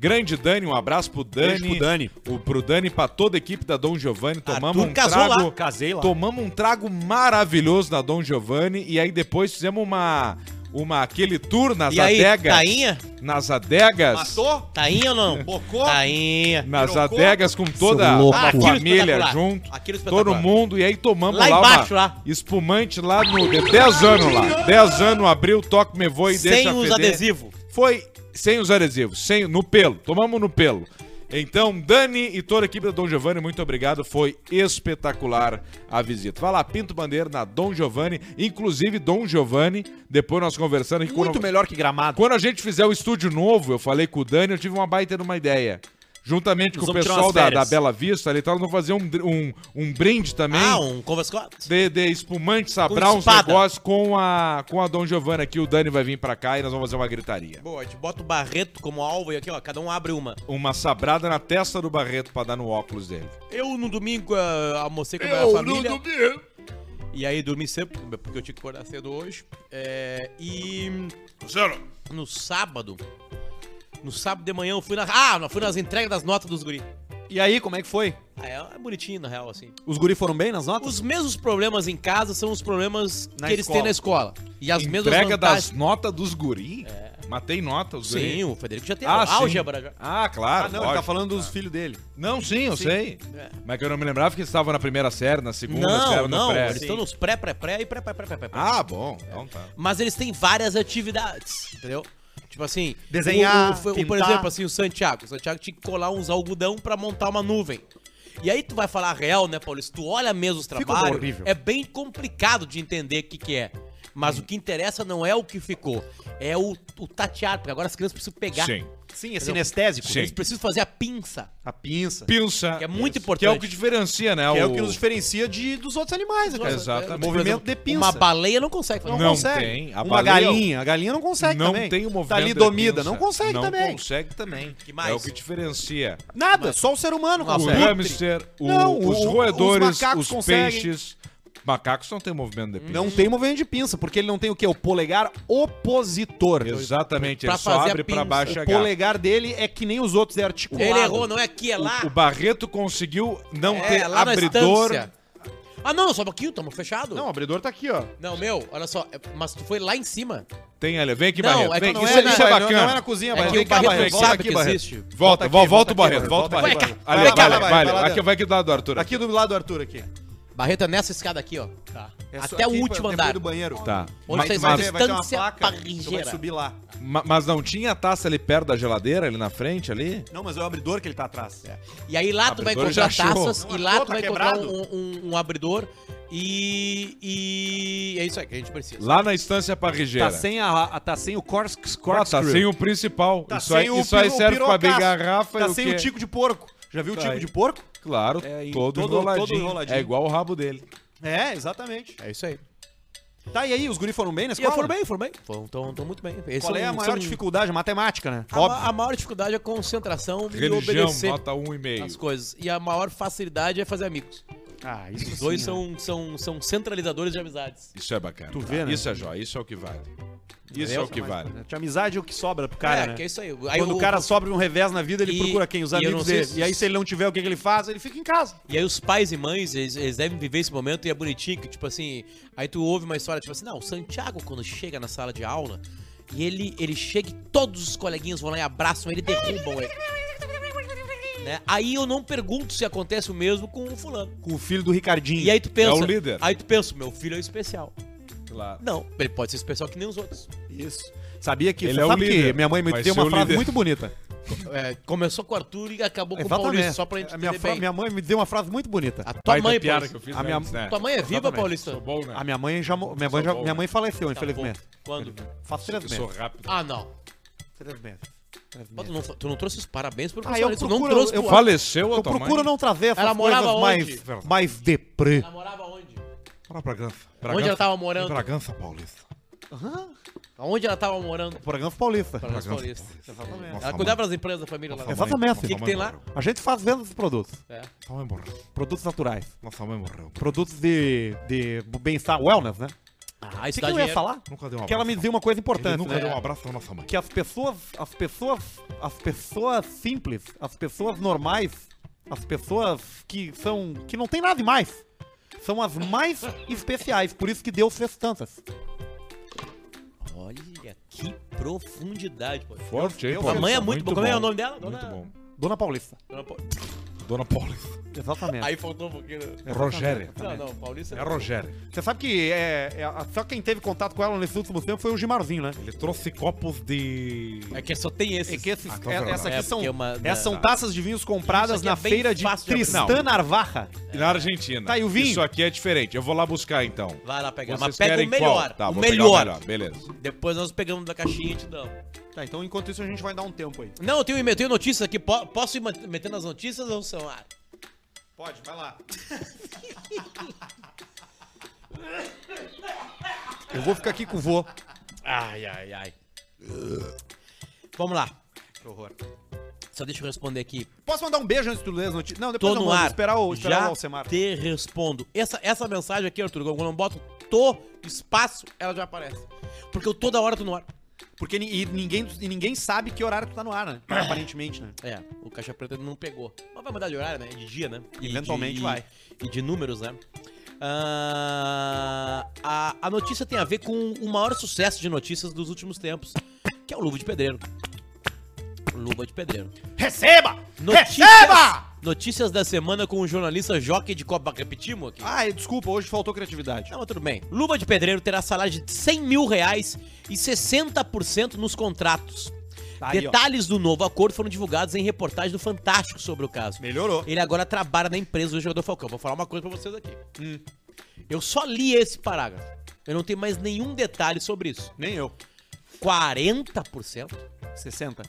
B: Grande Dani, um abraço pro Dani.
A: Beijo pro Dani.
B: O, pro Dani, pra toda a equipe da Dom Giovanni. Tomamos
C: Ah, tu
B: um
C: casou lá,
B: trago.
A: Casei lá.
B: Tomamos um trago maravilhoso na Dom Giovanni. E aí depois fizemos uma. uma aquele tour nas
C: E aí,
B: adegas.
C: tainha?
B: Nas adegas.
A: Matou?
C: Tainha ou não?
A: Bocou?
C: Tainha.
B: Nas
A: Trocou?
B: adegas com toda
D: Seu louco.
B: a
C: Aquilo
B: família
C: espetacular.
B: junto.
C: Aquilo
B: Todo
C: espetacular.
B: mundo. E aí tomamos lá,
C: Lá embaixo,
B: uma
C: lá.
B: espumante lá no. de 10 anos lá. 10 anos abriu, toque, me voa e
C: Sem
B: deixa
C: os
B: feder.
C: adesivos.
B: Foi sem os adesivos, sem, no pelo. Tomamos no pelo. Então, Dani e toda a equipe da Dom Giovanni, muito obrigado. Foi espetacular a visita. Vai lá, Pinto Bandeira na Dom Giovanni. Inclusive, Dom Giovanni, depois nós conversando aqui.
A: Muito
B: quando,
A: melhor que gramado.
B: quando a gente fizer o estúdio novo, eu falei com o Dani, eu tive uma baita de uma ideia. Juntamente
A: Nós
B: com o
A: vamos tirar
B: pessoal
A: umas
B: da, da
A: férias.
B: Bela Vista ali e tal, nós vamos fazer um, dr- um, um brinde também
C: Ah, um converscot.
B: de, de espumante, sabrar uns
C: espada.
B: negócios com a, com a Dom Giovanni aqui. O Dani vai vir pra cá e nós vamos fazer uma gritaria.
C: Boa, a gente bota o Barreto como alvo e aqui, ó, cada um abre uma.
B: uma sabrada na testa do Barreto pra dar no óculos dele.
C: Eu no domingo ah, almocei com a minha família. E aí dormi cedo, porque eu tinha que acordar cedo hoje. É, e no sábado, no sábado de manhã eu fui na. Ah, eu fui nas entregas das notas dos guri.
A: E aí, como é que foi?
C: Ah, é, é bonitinho, na real, assim.
A: Os guri foram bem nas notas?
C: Os mesmos problemas em casa são os problemas
A: Na
C: que eles
A: escola.
C: têm na escola. E as mesmas
B: Entrega das
C: vantagens.
B: notas dos guri?
A: É.
B: Matei nota, os guri?
C: Sim, o Federico já tem
B: Ah, sim.
C: álgebra já.
B: Ah, claro.
A: Ah, não, ele
B: lógico.
A: tá falando dos filhos dele.
B: Não, sim, eu sei.
C: É.
B: Mas que eu não me lembrava que eles estavam na primeira série, na segunda, eles
C: Não,
B: eram
C: não,
B: no pré.
C: eles estão nos pré, pré, pré e pré, pré, pré, pré. pré.
B: Ah, bom. Então tá.
C: mas eles têm várias atividades, entendeu? Tipo assim,
A: Desenhar,
C: o- o- foi- o- por
A: pintar.
C: exemplo, assim, o Santiago. O Santiago tinha que colar uns algodão pra montar uma nuvem. E aí tu vai falar a real, né, Paulo? Se tu olha mesmo os trabalhos,
A: um horrível.
C: é bem complicado de entender o que, que é. Mas o que interessa não é o que ficou, é o, o tatear, porque agora as crianças precisam pegar.
B: Sim.
A: Sim, é sinestésico.
B: Sim.
C: Eles precisam fazer a pinça,
A: A pinça.
B: Pinça.
C: que é muito importante.
B: Que é o que diferencia, né?
A: Que é o que nos diferencia de, dos outros animais, né, cara.
B: Exatamente.
A: O movimento de pinça.
C: Uma baleia não consegue fazer
B: Não
C: isso.
B: consegue. tem. A
A: uma
B: baleia-
A: galinha. A galinha não consegue
B: não
A: também.
B: tem o movimento
A: Tá ali
B: de
A: domida.
B: pinça.
A: Não consegue
B: não
A: também.
B: consegue também.
C: Que mais?
B: É o que diferencia.
A: Nada. Só o ser humano
C: Uma
B: O
A: consegue.
B: hamster, o-
A: é. Não,
B: os
A: o- os
B: roedores,
A: macacos
B: os,
A: conseguem.
B: peixes. Macacos não tem movimento de pinça.
A: Não tem movimento de pinça, porque ele não tem o quê? O polegar opositor.
B: Exatamente,
C: Pra
B: ele só
C: fazer a
B: abre pra
C: pinça.
B: baixo
A: O
B: a
A: polegar dele é que nem os outros, é articulado.
C: Ele errou, não é aqui, é lá.
B: O, o Barreto conseguiu
A: Então,
B: não
C: é,
B: ter
C: lá na
B: abridor.
C: estância. Ah, não, só um pouquinho, tamo fechado.
A: Não, o abridor tá aqui, ó.
C: Não, meu, olha só, é- mas tu foi lá em cima.
B: Tem ali, vem aqui,
C: Não,
B: Barreto.
C: é
B: Vem
C: que
B: aqui,
C: não
B: isso
C: é
B: é,
C: na-
B: isso é
A: não,
B: bacana.
A: não é na cozinha,
C: É
A: Barreto.
C: que
A: Vem
C: o
A: cá,
C: Barreto
A: Barreto.
C: não
A: Volta
C: sabe
A: aqui,
C: que
A: Barreto.
C: existe.
B: Volta,
A: aqui,
B: volta,
A: volta
B: o
A: aqui,
B: Barreto,
A: Barreto.
B: volta o
A: Volta
B: Barreto.
A: aqui, Barreto.
B: Ali,
A: Vai lá,
B: vai,
A: vai
B: vai,
A: lá, vai
B: vai,
A: lá
B: vai que
A: dentro.
B: vai que do Arthur.
A: Aqui do lado do Arthur, aqui.
C: Barreto é nessa escada aqui, ó. Tá.
A: É só
C: Até o
A: aqui,
C: último
A: tem
C: andar.
A: do banheiro.
B: Tá.
C: Onde
B: Mas,
C: vocês
B: mas-
C: vão
A: vai ter uma
C: Distância
A: placa, tu vai
C: parrigeira.
A: subir lá.
B: ma- mas não tinha a taça ali perto da geladeira, ali na frente, ali?
A: Não, mas é o abridor que ele tá atrás.
C: E aí lá tu vai
B: Abridor
C: encontrar
B: já achou.
C: taças
A: Não,
C: e
A: a
C: lá tu
A: porta
C: vai encontrar
A: quebrado.
C: um, um- um abridor e, e. É isso aí que a gente precisa.
B: Lá na estância parrigeira.
A: Tá sem, a, a- tá sem o cors,
B: Ah,
A: corkscrew.
B: tá sem o principal.
A: Tá
B: isso aí,
A: sem o
B: isso aí
A: pi- o
B: serve pra abrir
A: pirocaço.
B: garrafa
A: Tá
B: e o
A: sem
B: quê?
A: o tico de porco. Já viu o
B: Tá
A: tico
B: aí.
A: de porco?
B: Claro,
A: É, e
B: todo,
A: todo- todo
B: enroladinho.
A: enroladinho.
B: É igual o rabo dele.
A: É, exatamente.
C: É isso aí.
A: Tá, e aí, os guri foram bem na
C: E eu
A: escola?
C: foram bem, foram bem. Estão muito bem. Eles
A: Qual
C: são-
A: é a maior
C: são-
A: dificuldade? Matemática, né?
C: A, ma- a maior dificuldade é concentração e
B: Religião,
C: obedecer
B: nota um e meio.
C: as coisas. E a maior facilidade é fazer amigos.
A: Ah, isso
C: Os dois
A: sim, né?
C: são, são, são centralizadores de amizades.
B: Isso é bacana.
A: Tu vê, né?
B: Isso é jóia, isso é o que vale. Isso é o que
A: Mas,
B: vale.
A: né, Amizade é o que sobra pro cara,
C: é,
A: né?
C: que é isso aí. aí
A: Quando o cara sobra um revés na vida, ele
C: E-
A: procura quem? Os
C: e eu
A: amigos
C: não sei
A: dele.
C: se-
A: E aí, se ele não tiver o que, que ele faz, ele fica em casa.
C: E aí os pais e mães, eles, eles devem viver esse momento e é bonitinho que, tipo assim, aí tu ouve uma história, tipo assim, não, o Santiago quando chega na sala de aula, e ele, ele chega e todos os coleguinhas vão lá e abraçam ele e derrubam ele. Né? Aí eu não pergunto se acontece o mesmo com o fulano.
A: Com o filho do Ricardinho.
C: E aí tu pensa.
B: É o líder.
C: Aí tu pensa, meu filho é especial.
B: Claro.
C: Não, ele pode ser especial que nem os outros.
A: Isso. Sabia que.
B: Ele é
A: sabe
B: o líder.
A: que minha mãe me
B: Vai
A: tem
B: ser
A: uma
B: o
A: frase
B: líder.
A: muito bonita.
C: É, começou com o Arthur e acabou com o
A: Exatamente. É
C: Paulista, só pra gente
A: a minha,
C: entender
A: fra-
C: bem.
A: minha mãe me deu uma frase muito bonita.
C: A tua
B: Baita
C: mãe,
B: piada
C: Paulista.
B: que eu fiz
A: A minha-
B: antes, né?
C: Tua mãe é viva,
A: Exatamente.
C: Paulista?
B: Sou bom, né?
A: A minha mãe já. mo- Minha mãe, já-
B: bom,
A: minha
B: né?
A: mãe faleceu,
C: Tá
A: infelizmente.
C: bom. Quando?
A: Faz três
B: Eu sou
A: meses.
B: rápido.
C: Ah, não.
A: Três meses. Três
C: Pô,
A: meses.
C: tu, não, fa- tu não trouxe os parabéns pro
A: Ah,
C: professor,
A: eu
C: tu não
A: procuro-
C: trouxe
A: eu
C: pro
A: falo-
B: Faleceu a
A: Eu
B: tua
A: procuro
B: mãe?
A: não trazer essas
C: Ela morava
A: coisas
C: onde?
A: mais, mais deprê.
C: Ela morava onde?
B: Fala pra Gança.
C: Onde ela tava morando?
B: Bragança Paulista.
C: Aonde ela tava morando?
A: Por Ganso Paulista.
C: Pra nós paulistas.
A: Exatamente.
C: Ela cuidava das empresas da família lá.
A: Nossa, Exatamente.
C: O que, que tem lá?
A: A gente faz venda dos produtos.
C: É.
B: Nossa mãe morreu.
A: Produtos naturais.
B: Nossa mãe morreu.
A: Produtos de, de bem-estar, wellness, né?
C: Ah, isso
A: que,
C: dá
A: que eu ia
C: dinheiro.
A: falar?
B: Nunca deu um
A: Que ela me dizia uma coisa
B: Ele
A: importante,
B: nunca
A: né?
B: deu um abraço na nossa mãe.
A: Que as pessoas, as pessoas, as pessoas simples, as pessoas normais, as pessoas que são, que não tem nada demais, são as mais especiais, por isso que Deus fez tantas.
C: Olha que profundidade, pô.
B: Forte, hein?
A: eu-
B: pô?
C: A mãe é muito,
B: Muito
C: boa. Como é
B: bom.
C: o nome dela?
B: Muito
C: Dona-
B: bom.
A: Dona Paulista.
C: Dona Pa-
B: Dona Paula.
A: Exatamente.
C: Aí faltou um pouquinho. né?
B: Rogério.
C: Não, não, Paulista.
B: É Rogério.
A: Você sabe que é, é- só quem teve contato com ela nesses últimos tempos foi o Gimarzinho, né?
B: Ele trouxe copos de.
C: É que só tem esse.
A: É que esses,
B: Ah, então
A: é-
B: é verdade.
A: essas aqui
C: É,
A: são, tá.
C: porque uma-
A: essas são
C: na-
A: taças de vinhos compradas
C: Isso aqui é
A: na
C: bem
A: feira de
C: fácil de
A: Tristã
C: abrir.
A: Narvarra.
B: Na Argentina.
A: Tá, e o vinho?
B: Isso aqui é diferente. Eu vou lá buscar então.
C: Vai lá pegar.
B: Vocês
C: mas pega
B: querem
C: o melhor.
B: qual? Tá,
C: o,
B: vou pegar
C: melhor.
B: Beleza.
C: Depois nós pegamos da caixinha e te damos.
A: Tá, então enquanto isso a gente vai dar um tempo aí.
C: Não, eu tenho, eu tenho notícias aqui. Po- Posso ir mat- metendo as notícias ou são? Ah,
A: Pode, vai lá. Eu vou ficar aqui com o vô.
C: Ai, ai, ai. Vamos lá.
A: Que horror.
C: Só deixa eu responder aqui.
A: Posso mandar um beijo antes de tu ler as notícias? Não,
C: Tô
A: depois eu
C: no
A: mando.
C: ar.
A: Esperar o, esperar
C: Já
A: o Alcemar.
C: te respondo. Essa, essa mensagem aqui, Arthur, quando eu não boto tô, espaço, ela já aparece. Porque eu toda hora tô no ar.
A: Porque ni- e ninguém, e ninguém sabe que horário tu tá no ar, né? Aparentemente, né?
C: É, o Caixa Preta não pegou. Mas vai mudar de horário, né? De dia, né? E
A: Eventualmente
C: de-
A: vai.
C: E de números, né? Ah, a, a notícia tem a ver com o maior sucesso de notícias dos últimos tempos, que é o Luva de Pedreiro. Luva de Pedreiro.
A: Receba!
C: Notícias,
A: Receba!
C: notícias da semana com o jornalista Jockey de Copa. Repetimos aqui?
A: Ah, desculpa, hoje faltou criatividade.
C: Não, mas tudo bem. Luva de Pedreiro terá salário de 100 mil reais e 60% nos contratos.
A: Tá aí, ó.
C: Detalhes do novo acordo foram divulgados em reportagem do Fantástico sobre o caso.
A: Melhorou.
C: Ele agora trabalha na empresa do jogador Falcão. Vou falar uma coisa pra vocês aqui.
A: Hum.
C: Eu só li esse parágrafo. Eu não tenho mais nenhum detalhe sobre isso.
A: Nem eu.
C: 40%?
A: 60.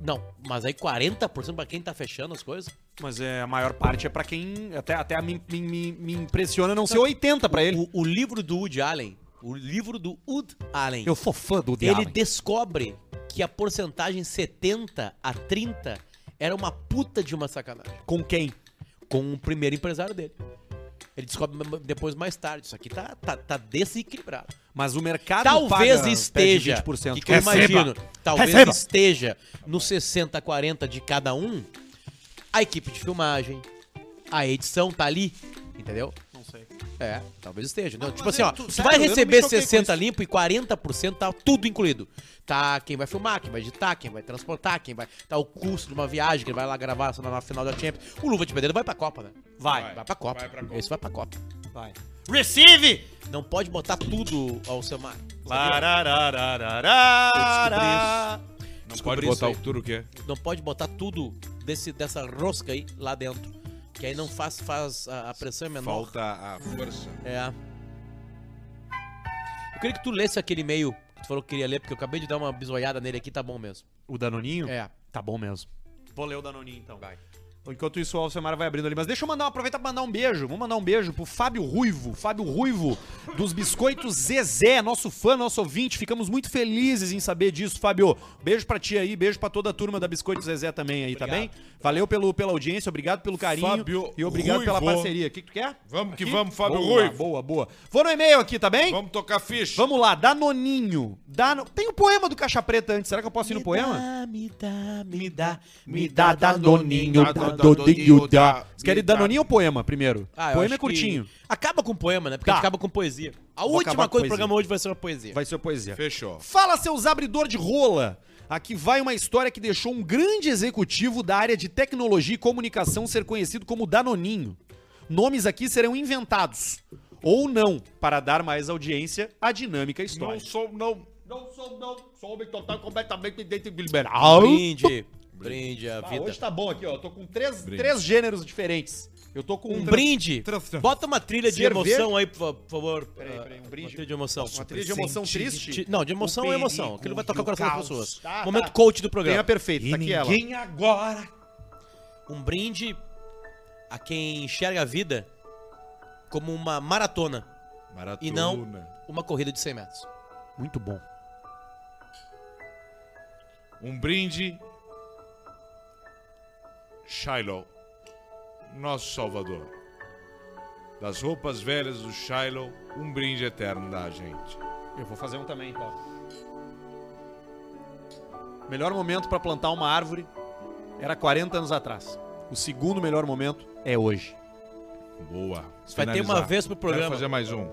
C: Não, mas aí 40% pra quem tá fechando as coisas?
A: Mas é, a maior parte é pra quem. Até, até me, me- me- me impressiona não ser 80 pra ele.
C: Então, O, o livro do Woody Allen, o livro do Wood Allen,
A: Eu sou fã do
C: ele
A: Diablo.
C: descobre que a porcentagem 70 a 30 era uma puta de uma sacanagem
A: Com quem?
C: com o primeiro empresário dele. Ele descobre depois mais tarde. Isso aqui tá, tá, tá desequilibrado.
A: Mas o mercado
C: talvez
A: um paga-
C: esteja,
A: pede 20%.
C: que, que eu
A: Receba.
C: imagino, talvez
A: Receba.
C: esteja no 60 40 de cada um, a equipe de filmagem, a edição tá ali, entendeu?
A: Não sei.
C: É, talvez esteja. Não,
A: Mas-
C: tipo
A: mas
C: assim,
A: eu-
C: ó,
A: tu-
C: tu
A: sério,
C: vai
A: eu não me
C: receber
A: choquei com
C: 60
A: isso.
C: limpo e 40% tá tudo incluído. Tá quem vai filmar, quem vai editar, quem vai transportar, quem vai. Tá o custo de uma viagem, que ele vai lá gravar sei lá, na final da Champions. O Luva de Pedreiro vai pra Copa, né?
A: Vai.
C: Vai pra Copa.
B: Vai pra Copa.
C: Esse vai pra Copa.
A: Vai.
C: Receive! Não pode botar tudo ao seu mar.
A: Larararararara.
B: Não pode
C: Descobri isso
B: botar
C: aí.
B: o tudo que é.
C: Não pode botar tudo desse, dessa rosca aí lá dentro. Que aí não faz, faz a, a pressão é menor.
B: Falta a força.
C: É. Eu queria que tu lesse aquele e-mail que tu falou que queria ler, porque eu acabei de dar uma bisoiada nele aqui, tá bom mesmo.
A: O Danoninho?
C: É.
A: Tá bom mesmo. Vou ler o Danoninho então. Vai. Enquanto isso, o Alcemar vai abrindo ali. Mas deixa eu mandar, aproveitar pra mandar um beijo. Vou mandar um beijo pro Fábio Ruivo. Fábio Ruivo, dos Biscoitos Zezé, nosso fã, nosso ouvinte. Ficamos muito felizes em saber disso, Fábio. Beijo pra ti aí, beijo pra toda a turma da Biscoitos Zezé também aí, tá bem? Valeu pelo, pela audiência, obrigado pelo carinho.
B: Fábio
A: e obrigado pela
B: Ruivo.
A: parceria. O que, que tu quer?
B: Vamos que vamos, Fábio
A: boa,
B: Ruivo.
A: Boa, boa. Vou no e-mail aqui, tá bem?
B: Vamos tocar ficha.
A: Vamos lá, Danoninho. Dano... Tem o poema do Caixa Preta antes. Será que eu posso ir no poema?
C: Dá, me dá, me dá,
A: Me dá Danoninho, tá
B: Danoninho, dá.
A: Você quer ir Danoninho ou poema primeiro?
C: Ah, eu
A: poema
C: acho
A: é curtinho.
C: que Acaba com poema, né? Porque
A: Tá.
C: a gente acaba com poesia. A
A: Vou acabar
C: última
A: com
C: coisa
A: poesia.
C: do programa hoje vai ser uma poesia.
A: Vai ser poesia.
B: Fechou.
A: Fala, seus abridor de rola! Aqui vai uma história que deixou um grande executivo da área de tecnologia e comunicação ser conhecido como Danoninho. Nomes aqui serão inventados. Ou não, para dar mais audiência à dinâmica história.
B: Não sou, não.
A: Não sou, não. Sou um homem total completamente liberal.
C: Um Brinde. Brinde a
A: Ah,
C: vida.
A: hoje tá bom aqui, ó. Eu tô com três,
B: Brinde.
A: três gêneros diferentes. Eu tô com
C: Um brinde.
B: trans- trans-
C: Bota uma trilha de
A: Cerveja.
C: emoção aí, por fa- por favor.
A: Peraí, peraí, um
C: Ah,
A: brinde.
C: Uma trilha de emoção.
A: Uma trilha de emoção
C: De-
A: triste.
C: de- não, de emoção
A: O
C: é emoção.
A: um perigo
C: Aquilo vai tocar
A: e
C: o coração das
A: caos.
C: pessoas. Um
A: Tá, tá.
C: Momento coach do
A: Tem a
C: programa.
A: perfeita, tá aqui ela.
B: Ninguém agora.
C: Um brinde a quem enxerga a vida como uma maratona
B: Maratona.
C: e não uma corrida de 100 metros.
A: Muito bom.
B: Um brinde. Shiloh, nosso salvador. das roupas velhas do Shiloh, um brinde eterno da gente.
A: Eu vou fazer um também, Paulo. Melhor momento pra plantar uma árvore era 40 anos atrás. O segundo melhor momento é hoje.
B: Boa.
C: vai ter uma vez pro programa.
B: Quero fazer mais um.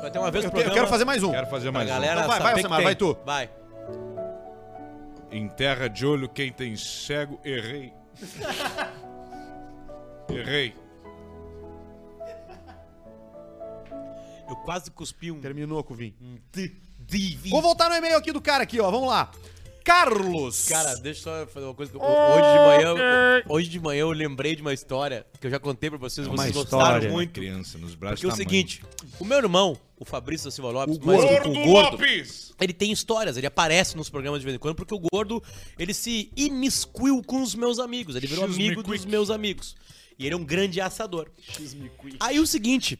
C: Vai ter uma vez
A: Eu,
C: no
A: te- eu
C: programa.
A: quero fazer mais um.
B: Quero fazer
C: pra
B: mais
C: galera
A: Então vai, vai,
C: saber que
A: Samara,
C: tem.
A: vai tu.
C: Vai.
B: um. Em terra de olho, quem tem cego, errei. errei.
C: Eu quase cuspi um.
A: Terminou, Cuvim.
C: Divi.
A: Vou voltar no e-mail aqui do cara aqui, ó. Vamos lá. Carlos.
C: Cara, deixa eu só fazer uma coisa que eu- hoje de manhã, hoje de manhã eu lembrei de uma história que eu já contei pra vocês,
A: É Uma
C: vocês
A: história. né?
C: gostaram muito.
B: Criança nos braços
C: Porque é o
B: da mãe.
C: seguinte, o meu irmão, o Fabrício da Silva Lopes,
A: O
C: mais
A: gordo.
C: conhecido
B: Gordo
C: como gordo,
B: Lopes!
C: ele tem histórias, ele aparece nos programas de vez em quando, porque o gordo, ele se imiscuiu com os meus amigos, ele virou
B: Excuse me
C: amigo dos
B: quick.
C: meus amigos. E ele é um grande assador. Aí o seguinte,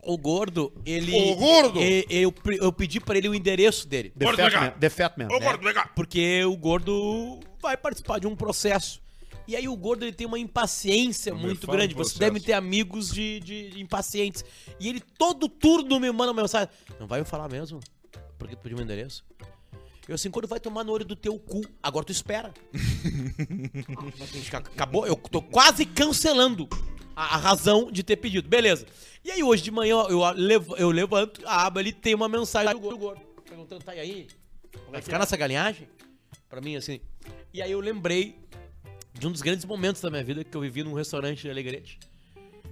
C: o gordo, ele...
B: O gordo!
C: e- eu, eu pedi pra ele o endereço dele.
A: The
B: Bora
A: Fat
B: pegar.
A: Man. The Fat Man.
B: Ô,
A: né?
B: gordo, vem cá.
C: Porque o gordo vai participar de um processo. E aí o gordo ele tem uma impaciência
B: Não me
C: muito
B: fala em
C: grande. Você
B: processo.
C: deve ter amigos de, de- de impacientes. E ele todo turno me manda uma mensagem. Não vai me falar mesmo? Porque tu pediu meu endereço? Eu assim, quando vai tomar no olho do teu cu, agora tu espera. Ac- Acabou, eu tô quase cancelando a, a razão de ter pedido. Beleza. E aí hoje de manhã eu, levo- eu levanto, a aba ali tem uma mensagem do gordo. Perguntando, tá e aí? Vai ficar nessa galinhagem? Pra mim, assim. E aí eu lembrei de um dos grandes momentos da minha vida que eu vivi num restaurante de Alegrete.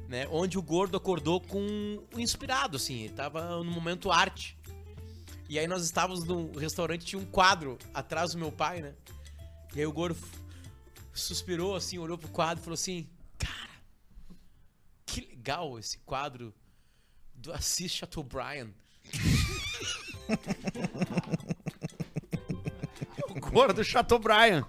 C: Né, onde o gordo acordou com um inspirado, assim, ele tava no momento arte. E aí nós estávamos num restaurante, tinha um quadro atrás do meu pai, né? E aí o gordo f- suspirou, assim, olhou pro quadro e falou assim: Cara, que legal esse quadro do Assis Chateaubriand.
A: O gordo Chateaubriand.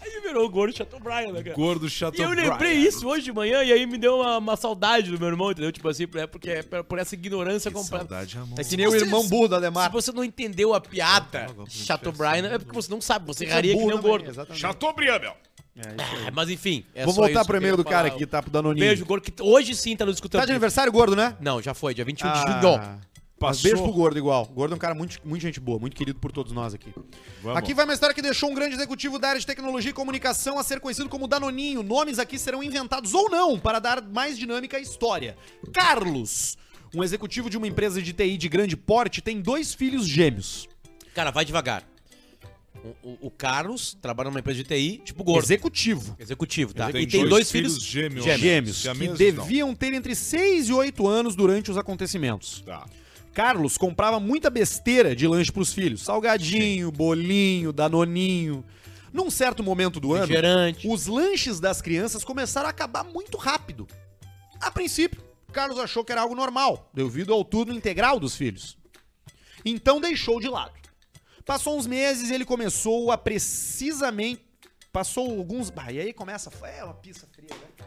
C: Aí virou o gordo Chateaubriand, né, cara?
B: Gordo
C: E eu
B: Chateaubriand.
C: lembrei isso hoje de manhã e aí me deu uma, uma saudade do meu irmão, entendeu? Tipo assim, é porque é por por essa ignorância completa.
B: Saudade, amor.
A: É que nem o irmão burro da
C: Se
A: Ademar.
C: você não entendeu a piada Chateaubriand, é porque você não sabe, você erraria que nem um gordo.
B: Chateaubriand, meu.
A: É,
C: Ah, Mas enfim, é
A: Vou
C: só
A: voltar
C: isso
A: pro
C: que eu
A: e-mail do
C: ia
A: cara
C: falar.
A: aqui, tá? Pro Danoninho.
C: Beijo, gordo, que t- hoje sim tá nos escutando.
A: Tá de aniversário, gordo, né?
C: Não, já foi, dia 21 de
A: Ah,
C: junho.
A: Mas
B: Passou.
A: beijo pro Gordo igual. O Gordo é um cara muito, muito gente boa, muito querido por todos nós aqui.
B: Vamos.
A: Aqui vai uma história que deixou um grande executivo da área de tecnologia e comunicação a ser conhecido como Danoninho. Nomes aqui serão inventados ou não para dar mais dinâmica à história. Carlos, um executivo de uma empresa de TI de grande porte, tem dois filhos gêmeos.
C: Cara, vai devagar. O, o- o Carlos trabalha numa empresa de TI, tipo gordo.
A: Executivo.
C: Executivo, tá?
B: Tem
C: e tem
B: dois
C: dois, filhos,
B: filhos gêmeos.
A: Gêmeos, que
B: Siameses,
A: deviam ter entre 6 e 8 anos durante os acontecimentos.
B: Tá.
A: Carlos comprava muita besteira de lanche pros filhos. Salgadinho, bolinho, danoninho. Num certo momento do ano,
C: refrigerante.
A: os lanches das crianças começaram a acabar muito rápido. A princípio, Carlos achou que era algo normal, devido ao turno integral dos filhos. Então deixou de lado. Passou uns meses e ele começou a precisamente. Passou alguns. Bah, e aí começa. É uma pista fria, né?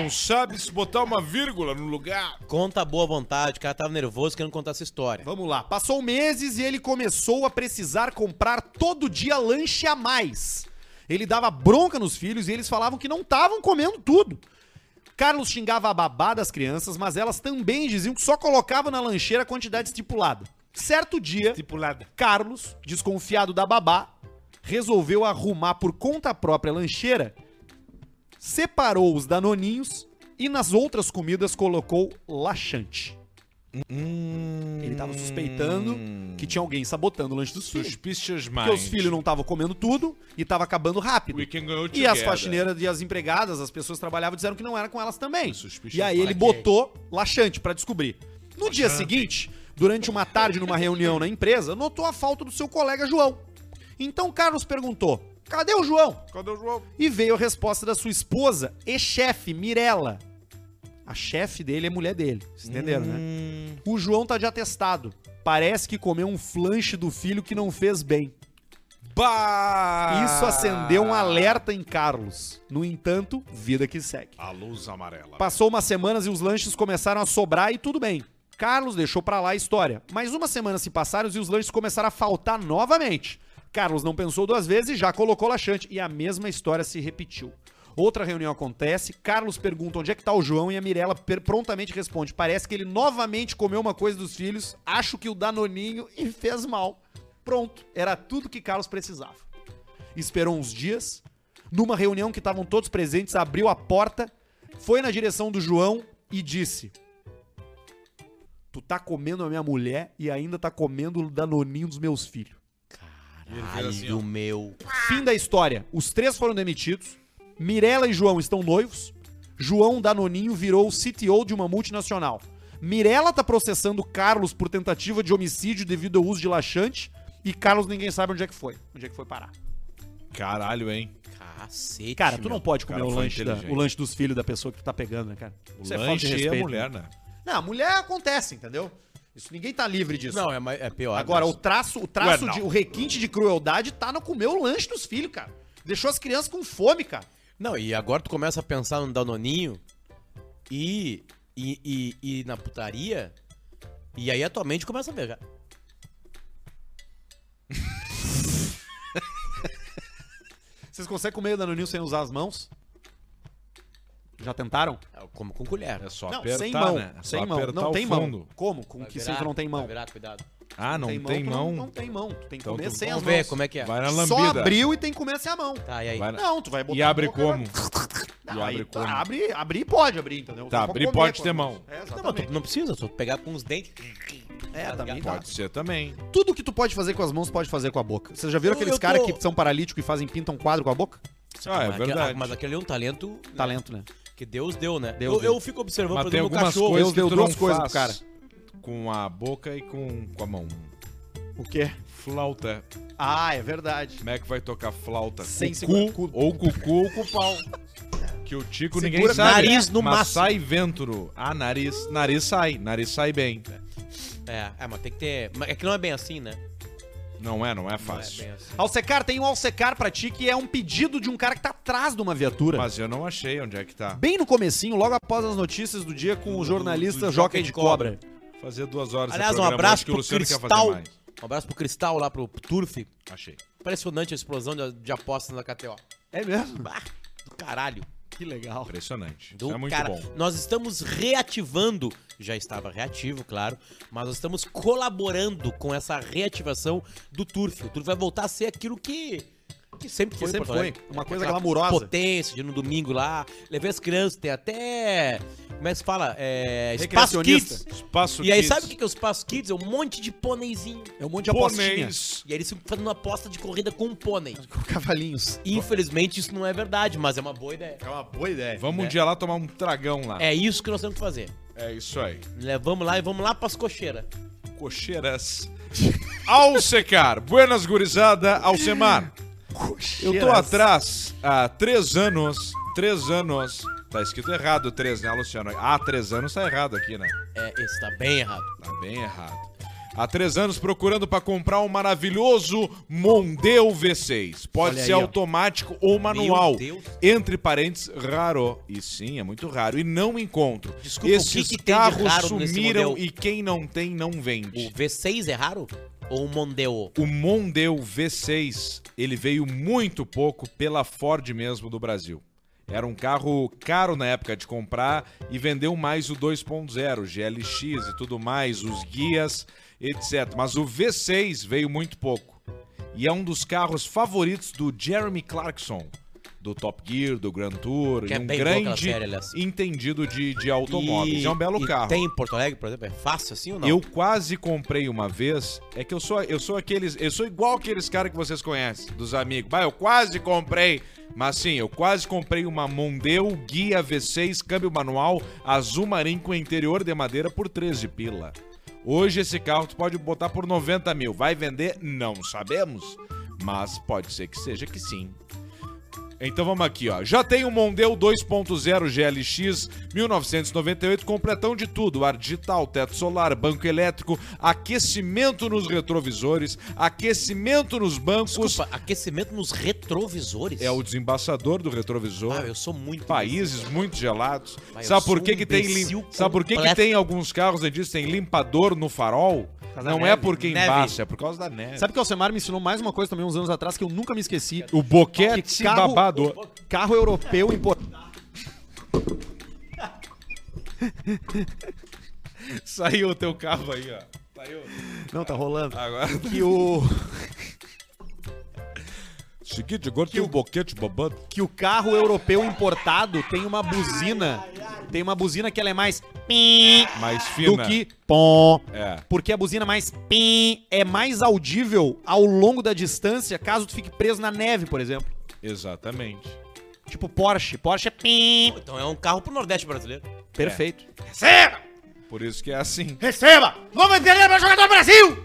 B: Não sabe se botar uma vírgula no lugar.
C: Conta a boa vontade, o cara tava nervoso querendo contar essa história.
A: Vamos lá. Passou meses e ele começou a precisar comprar todo dia lanche a mais. Ele dava bronca nos filhos e eles falavam que não estavam comendo tudo. Carlos xingava a babá das crianças, mas elas também diziam que só colocava na lancheira a quantidade estipulada. Certo dia,
B: Tripulada.
A: Carlos, desconfiado da babá, resolveu arrumar por conta própria a lancheira, separou os danoninhos e nas outras comidas colocou laxante. Ele tava suspeitando que tinha alguém sabotando o lanche dos filhos.
B: Suspicious
A: Porque os
B: minds.
A: filhos não estavam comendo tudo e tava acabando rápido.
B: We can go
A: E as
B: together.
A: faxineiras e as empregadas, as pessoas que trabalhavam, disseram que não era com elas também.
B: Suspicious
A: E aí ele botou laxante pra descobrir. No dia seguinte, durante uma tarde numa reunião na empresa, notou a falta do seu colega João. Então Carlos perguntou: cadê o João?
B: Cadê o João?
A: E veio a resposta da sua esposa e chefe, Mirella. A chefe dele é mulher dele. Vocês entenderam, né? O João tá de atestado. Parece que comeu um flanche do filho que não fez bem.
B: Bah!
A: Isso acendeu um alerta em Carlos. No entanto, vida que segue.
B: A luz amarela.
A: Passou umas semanas e os lanches começaram a sobrar e tudo bem. Carlos deixou pra lá a história. Mas uma semana se passaram e os lanches começaram a faltar novamente. Carlos não pensou duas vezes e já colocou laxante. E a mesma história se repetiu. Outra reunião acontece, Carlos pergunta onde é que tá o João e a Mirella per- prontamente responde: parece que ele novamente comeu uma coisa dos filhos, acho que o Danoninho e fez mal. Pronto, era tudo que Carlos precisava. Esperou uns dias, numa reunião que estavam todos presentes, abriu a porta, foi na direção do João e disse: Tu tá comendo a minha mulher e ainda tá comendo o Danoninho dos meus filhos.
C: Ai, do meu.
A: Fim da história. Os três foram demitidos. Mirella e João estão noivos. João Danoninho virou o CTO de uma multinacional. Mirella tá processando Carlos por tentativa de homicídio devido ao uso de laxante. E Carlos ninguém sabe onde é que foi. Onde é que foi parar.
B: Caralho, hein?
C: Cacete.
A: Cara, tu não
C: meu.
A: pode comer
B: cara
A: o
B: foi
A: lanche, da-
B: inteligente.
A: o lanche dos filhos da pessoa que tu tá pegando, né, cara?
B: O lanche é a mulher, né?
A: Não, mulher acontece, entendeu? Isso ninguém tá livre disso.
C: Não, é, mais- é pior.
A: Agora, o
C: mas-
A: traço, o traço,
B: Ué, não.
A: de, o requinte de crueldade tá no comer o lanche dos filhos, cara. Deixou as crianças com fome, cara.
C: Não, e agora tu começa a pensar no Danoninho e. e, e, e na putaria. E aí a tua mente começa a viajar.
A: Vocês conseguem comer o Danoninho sem usar as mãos? Já tentaram?
C: Eu como com colher.
B: É só
A: não,
B: apertar,
A: sem mão.
B: né? É só
A: Sem mão.
B: apertar
A: Não
B: o
A: tem mão.
B: fundo.
A: Como? Com
C: Vai
A: que
C: virar,
A: se tu não tem mão?
C: Vai virar, cuidado.
B: Ah, não tem,
A: tu
B: mão.
A: Não, não tem mão. Tu tem que
B: Então
A: comer
B: tu-
A: sem as
C: Vamos
A: mãos.
C: ver como é que é.
B: Vai na
A: Só
B: lambida.
A: abriu e tem que comer sem a mão.
C: Tá, e aí?
B: Vai na-
A: Não, tu vai botar
B: E
A: a
B: abre
A: boca,
B: como?
A: vai- Não,
B: E
A: aí
B: abre
A: tá,
B: como?
A: Abre, abrir pode abrir, entendeu?
B: Tá,
A: Vou
B: abrir
A: comer
B: pode
A: com
B: ter
A: as
B: mão.
A: É,
C: Não, mas
A: exatamente.
C: tu não precisa, só tu pegar com os dentes.
A: É, também dá.
B: Pode ser também.
A: Tudo que tu pode fazer com as mãos, tu pode fazer com a boca. Vocês já viram
C: Eu-
A: aqueles
C: eu
A: caras
C: tô-
A: que são paralíticos e fazem pintam quadro com a boca?
B: Ah, é
C: Mas aquele-
B: verdade.
C: Mas aquele é um talento né,
A: Talento, né?
C: que Deus deu, né?
A: Deus
C: eu,
A: deu.
C: eu fico observando,
B: Mas tem
C: o
B: algumas
C: cachorro.
A: Deus
B: coisas que
A: deu
B: tu
A: duas
B: não
A: coisas
B: faz
A: pro cara.
B: Com a boca e com, com a mão.
A: O quê?
B: Flauta.
A: Ah, é verdade.
B: Como é que vai tocar flauta?
A: Sem
B: Com
A: segurar-
B: cu,
A: cu.
B: ou com o cu ou com o pau. Que o Tico
A: Segura
B: ninguém sabe. né?
C: nariz no
B: mas
C: máximo.
B: sai ventro. Ah, nariz. Nariz sai. Nariz sai bem.
C: É, é, mas tem que ter. mas É que não é bem assim, né?
B: Não é, não é
C: Não é
B: fácil.
C: bem assim.
A: Alcecar, tem um Alcecar pra ti que é um pedido de um cara que tá atrás de uma viatura.
B: Mas eu não achei onde é que tá.
A: Bem no comecinho, logo após as notícias do dia com o jornalista Joca de Cobra.
B: Fazer duas horas de
C: Aliás, um
B: programa,
C: abraço
B: acho que
C: pro
B: o Luciano quer fazer
C: Cristal.
B: mais.
C: Um abraço pro Cristal lá pro Turf.
B: Achei.
C: Impressionante a explosão de, de apostas na KTO.
A: É mesmo?
C: Bah, do caralho.
A: Que legal.
B: Impressionante.
C: Do
B: Isso é muito
C: cara.
B: bom.
C: Nós estamos reativando, já estava reativo, claro, mas nós estamos colaborando com essa reativação do Turf. O Turf vai voltar a ser aquilo que, que sempre
A: Que
C: foi. em
A: sempre
C: Porto Alegre.
A: foi. Uma coisa
C: Aquela
A: glamurosa.
C: Potência, de ir no domingo lá, levei as crianças, tem até, como é que se fala? É, espaço
A: Recreacionista.
C: Kids.
B: Espaço
C: E aí
B: Kids.
C: sabe o que que é o Espaço Kids? É um monte de pôneizinho.
A: É um monte de apostinha.
B: Pôneis.
C: E aí eles ficam fazendo uma aposta de corrida com um pônei.
A: Com cavalinhos.
C: Infelizmente isso não é verdade, mas é uma boa ideia.
A: É uma boa ideia.
B: Vamos um dia lá tomar um tragão lá.
C: É isso que nós temos que fazer.
B: É isso aí.
C: Né, Vamos lá e vamos lá pras cocheiras.
B: Cocheiras. Ao secar. Buenas gurizada. Alcemar. Eu tô atrás há três anos. Três anos. Tá escrito errado três, né, Luciano? Há três anos tá errado aqui, né?
C: É, esse tá bem errado.
B: Tá bem errado. Há três anos procurando pra comprar um maravilhoso Mondeo V6. Pode
A: Olha
B: ser
A: aí, ó.
B: automático ou manual.
C: Deus.
B: Entre parênteses, raro. E sim, é muito raro. E não encontro.
C: Desculpa, o que
B: Esses
C: que tem de
B: carros
C: raro nesse
B: sumiram
C: Mondeo?
B: e quem não tem não
C: O
B: vende.
C: V6 é raro? Ou o Mondeo?
B: O Mondeo V6, ele veio muito pouco pela Ford mesmo do Brasil. Era um carro caro na época de comprar e vendeu mais o 2.0, GLX e tudo mais, os guias, etc. Mas o V6 veio muito pouco. E é um dos carros favoritos do Jeremy Clarkson, do Top Gear, do Grand Tour,
C: Que
B: e
C: é
B: um
C: bem boa aquela
B: grande
C: série, aliás.
B: entendido de, de automóveis.
C: E-
B: É um belo
C: e
B: carro.
C: Tem em Porto Alegre, por exemplo? É fácil assim ou não?
B: Eu quase comprei uma vez. É que eu sou eu sou aqueles, eu sou igual aqueles caras que vocês conhecem, dos amigos. Bah, eu quase comprei. Mas sim, eu quase comprei uma Mondeo Guia V6 câmbio manual azul marinho com interior de madeira por 13 pila. Hoje esse carro tu pode botar por 90 mil. Vai vender? Não sabemos. Mas pode ser que seja que sim. Então vamos aqui, ó. Já tem o Mondeo 2.0 GLX 1998, completão de tudo: ar digital, teto solar, banco elétrico, aquecimento nos retrovisores, aquecimento nos bancos.
C: Desculpa, aquecimento nos retrovisores?
B: É o desembaçador do retrovisor.
C: Ah, eu sou muito...
B: Países muito gelados.
C: Mas eu
B: Sabe por
C: sou
B: que,
C: um
B: que tem lim-
C: imbecil
B: Sabe por que, que
C: completo.
B: tem alguns carros eles dizem limpador no farol?
A: causa da
B: Não é
A: neve.
B: porque
C: Neve.
B: embaça, é por causa da neve.
A: Sabe que o Alcemar me ensinou mais uma coisa também uns anos atrás que eu nunca me esqueci.
B: O boquete
A: carro,
B: computador.
A: Carro europeu importado.
B: Saiu o teu carro aí, ó. Saiu.
A: Não, tá rolando.
B: Agora.
A: Que o,
B: Seguinte, agora tem um boquete babando.
A: que o carro europeu importado tem uma buzina. Tem uma buzina que ela é mais pim
B: Mais fina.
A: do que pom.
B: É.
A: Porque a buzina mais pim é mais audível ao longo da distância, caso tu fique preso na neve, por exemplo.
B: Exatamente.
A: Tipo Porsche. Porsche é pim.
C: Então é um carro pro Nordeste brasileiro.
A: Perfeito.
B: Por isso que é assim.
A: Receba! Vamos entender para jogador Brasil!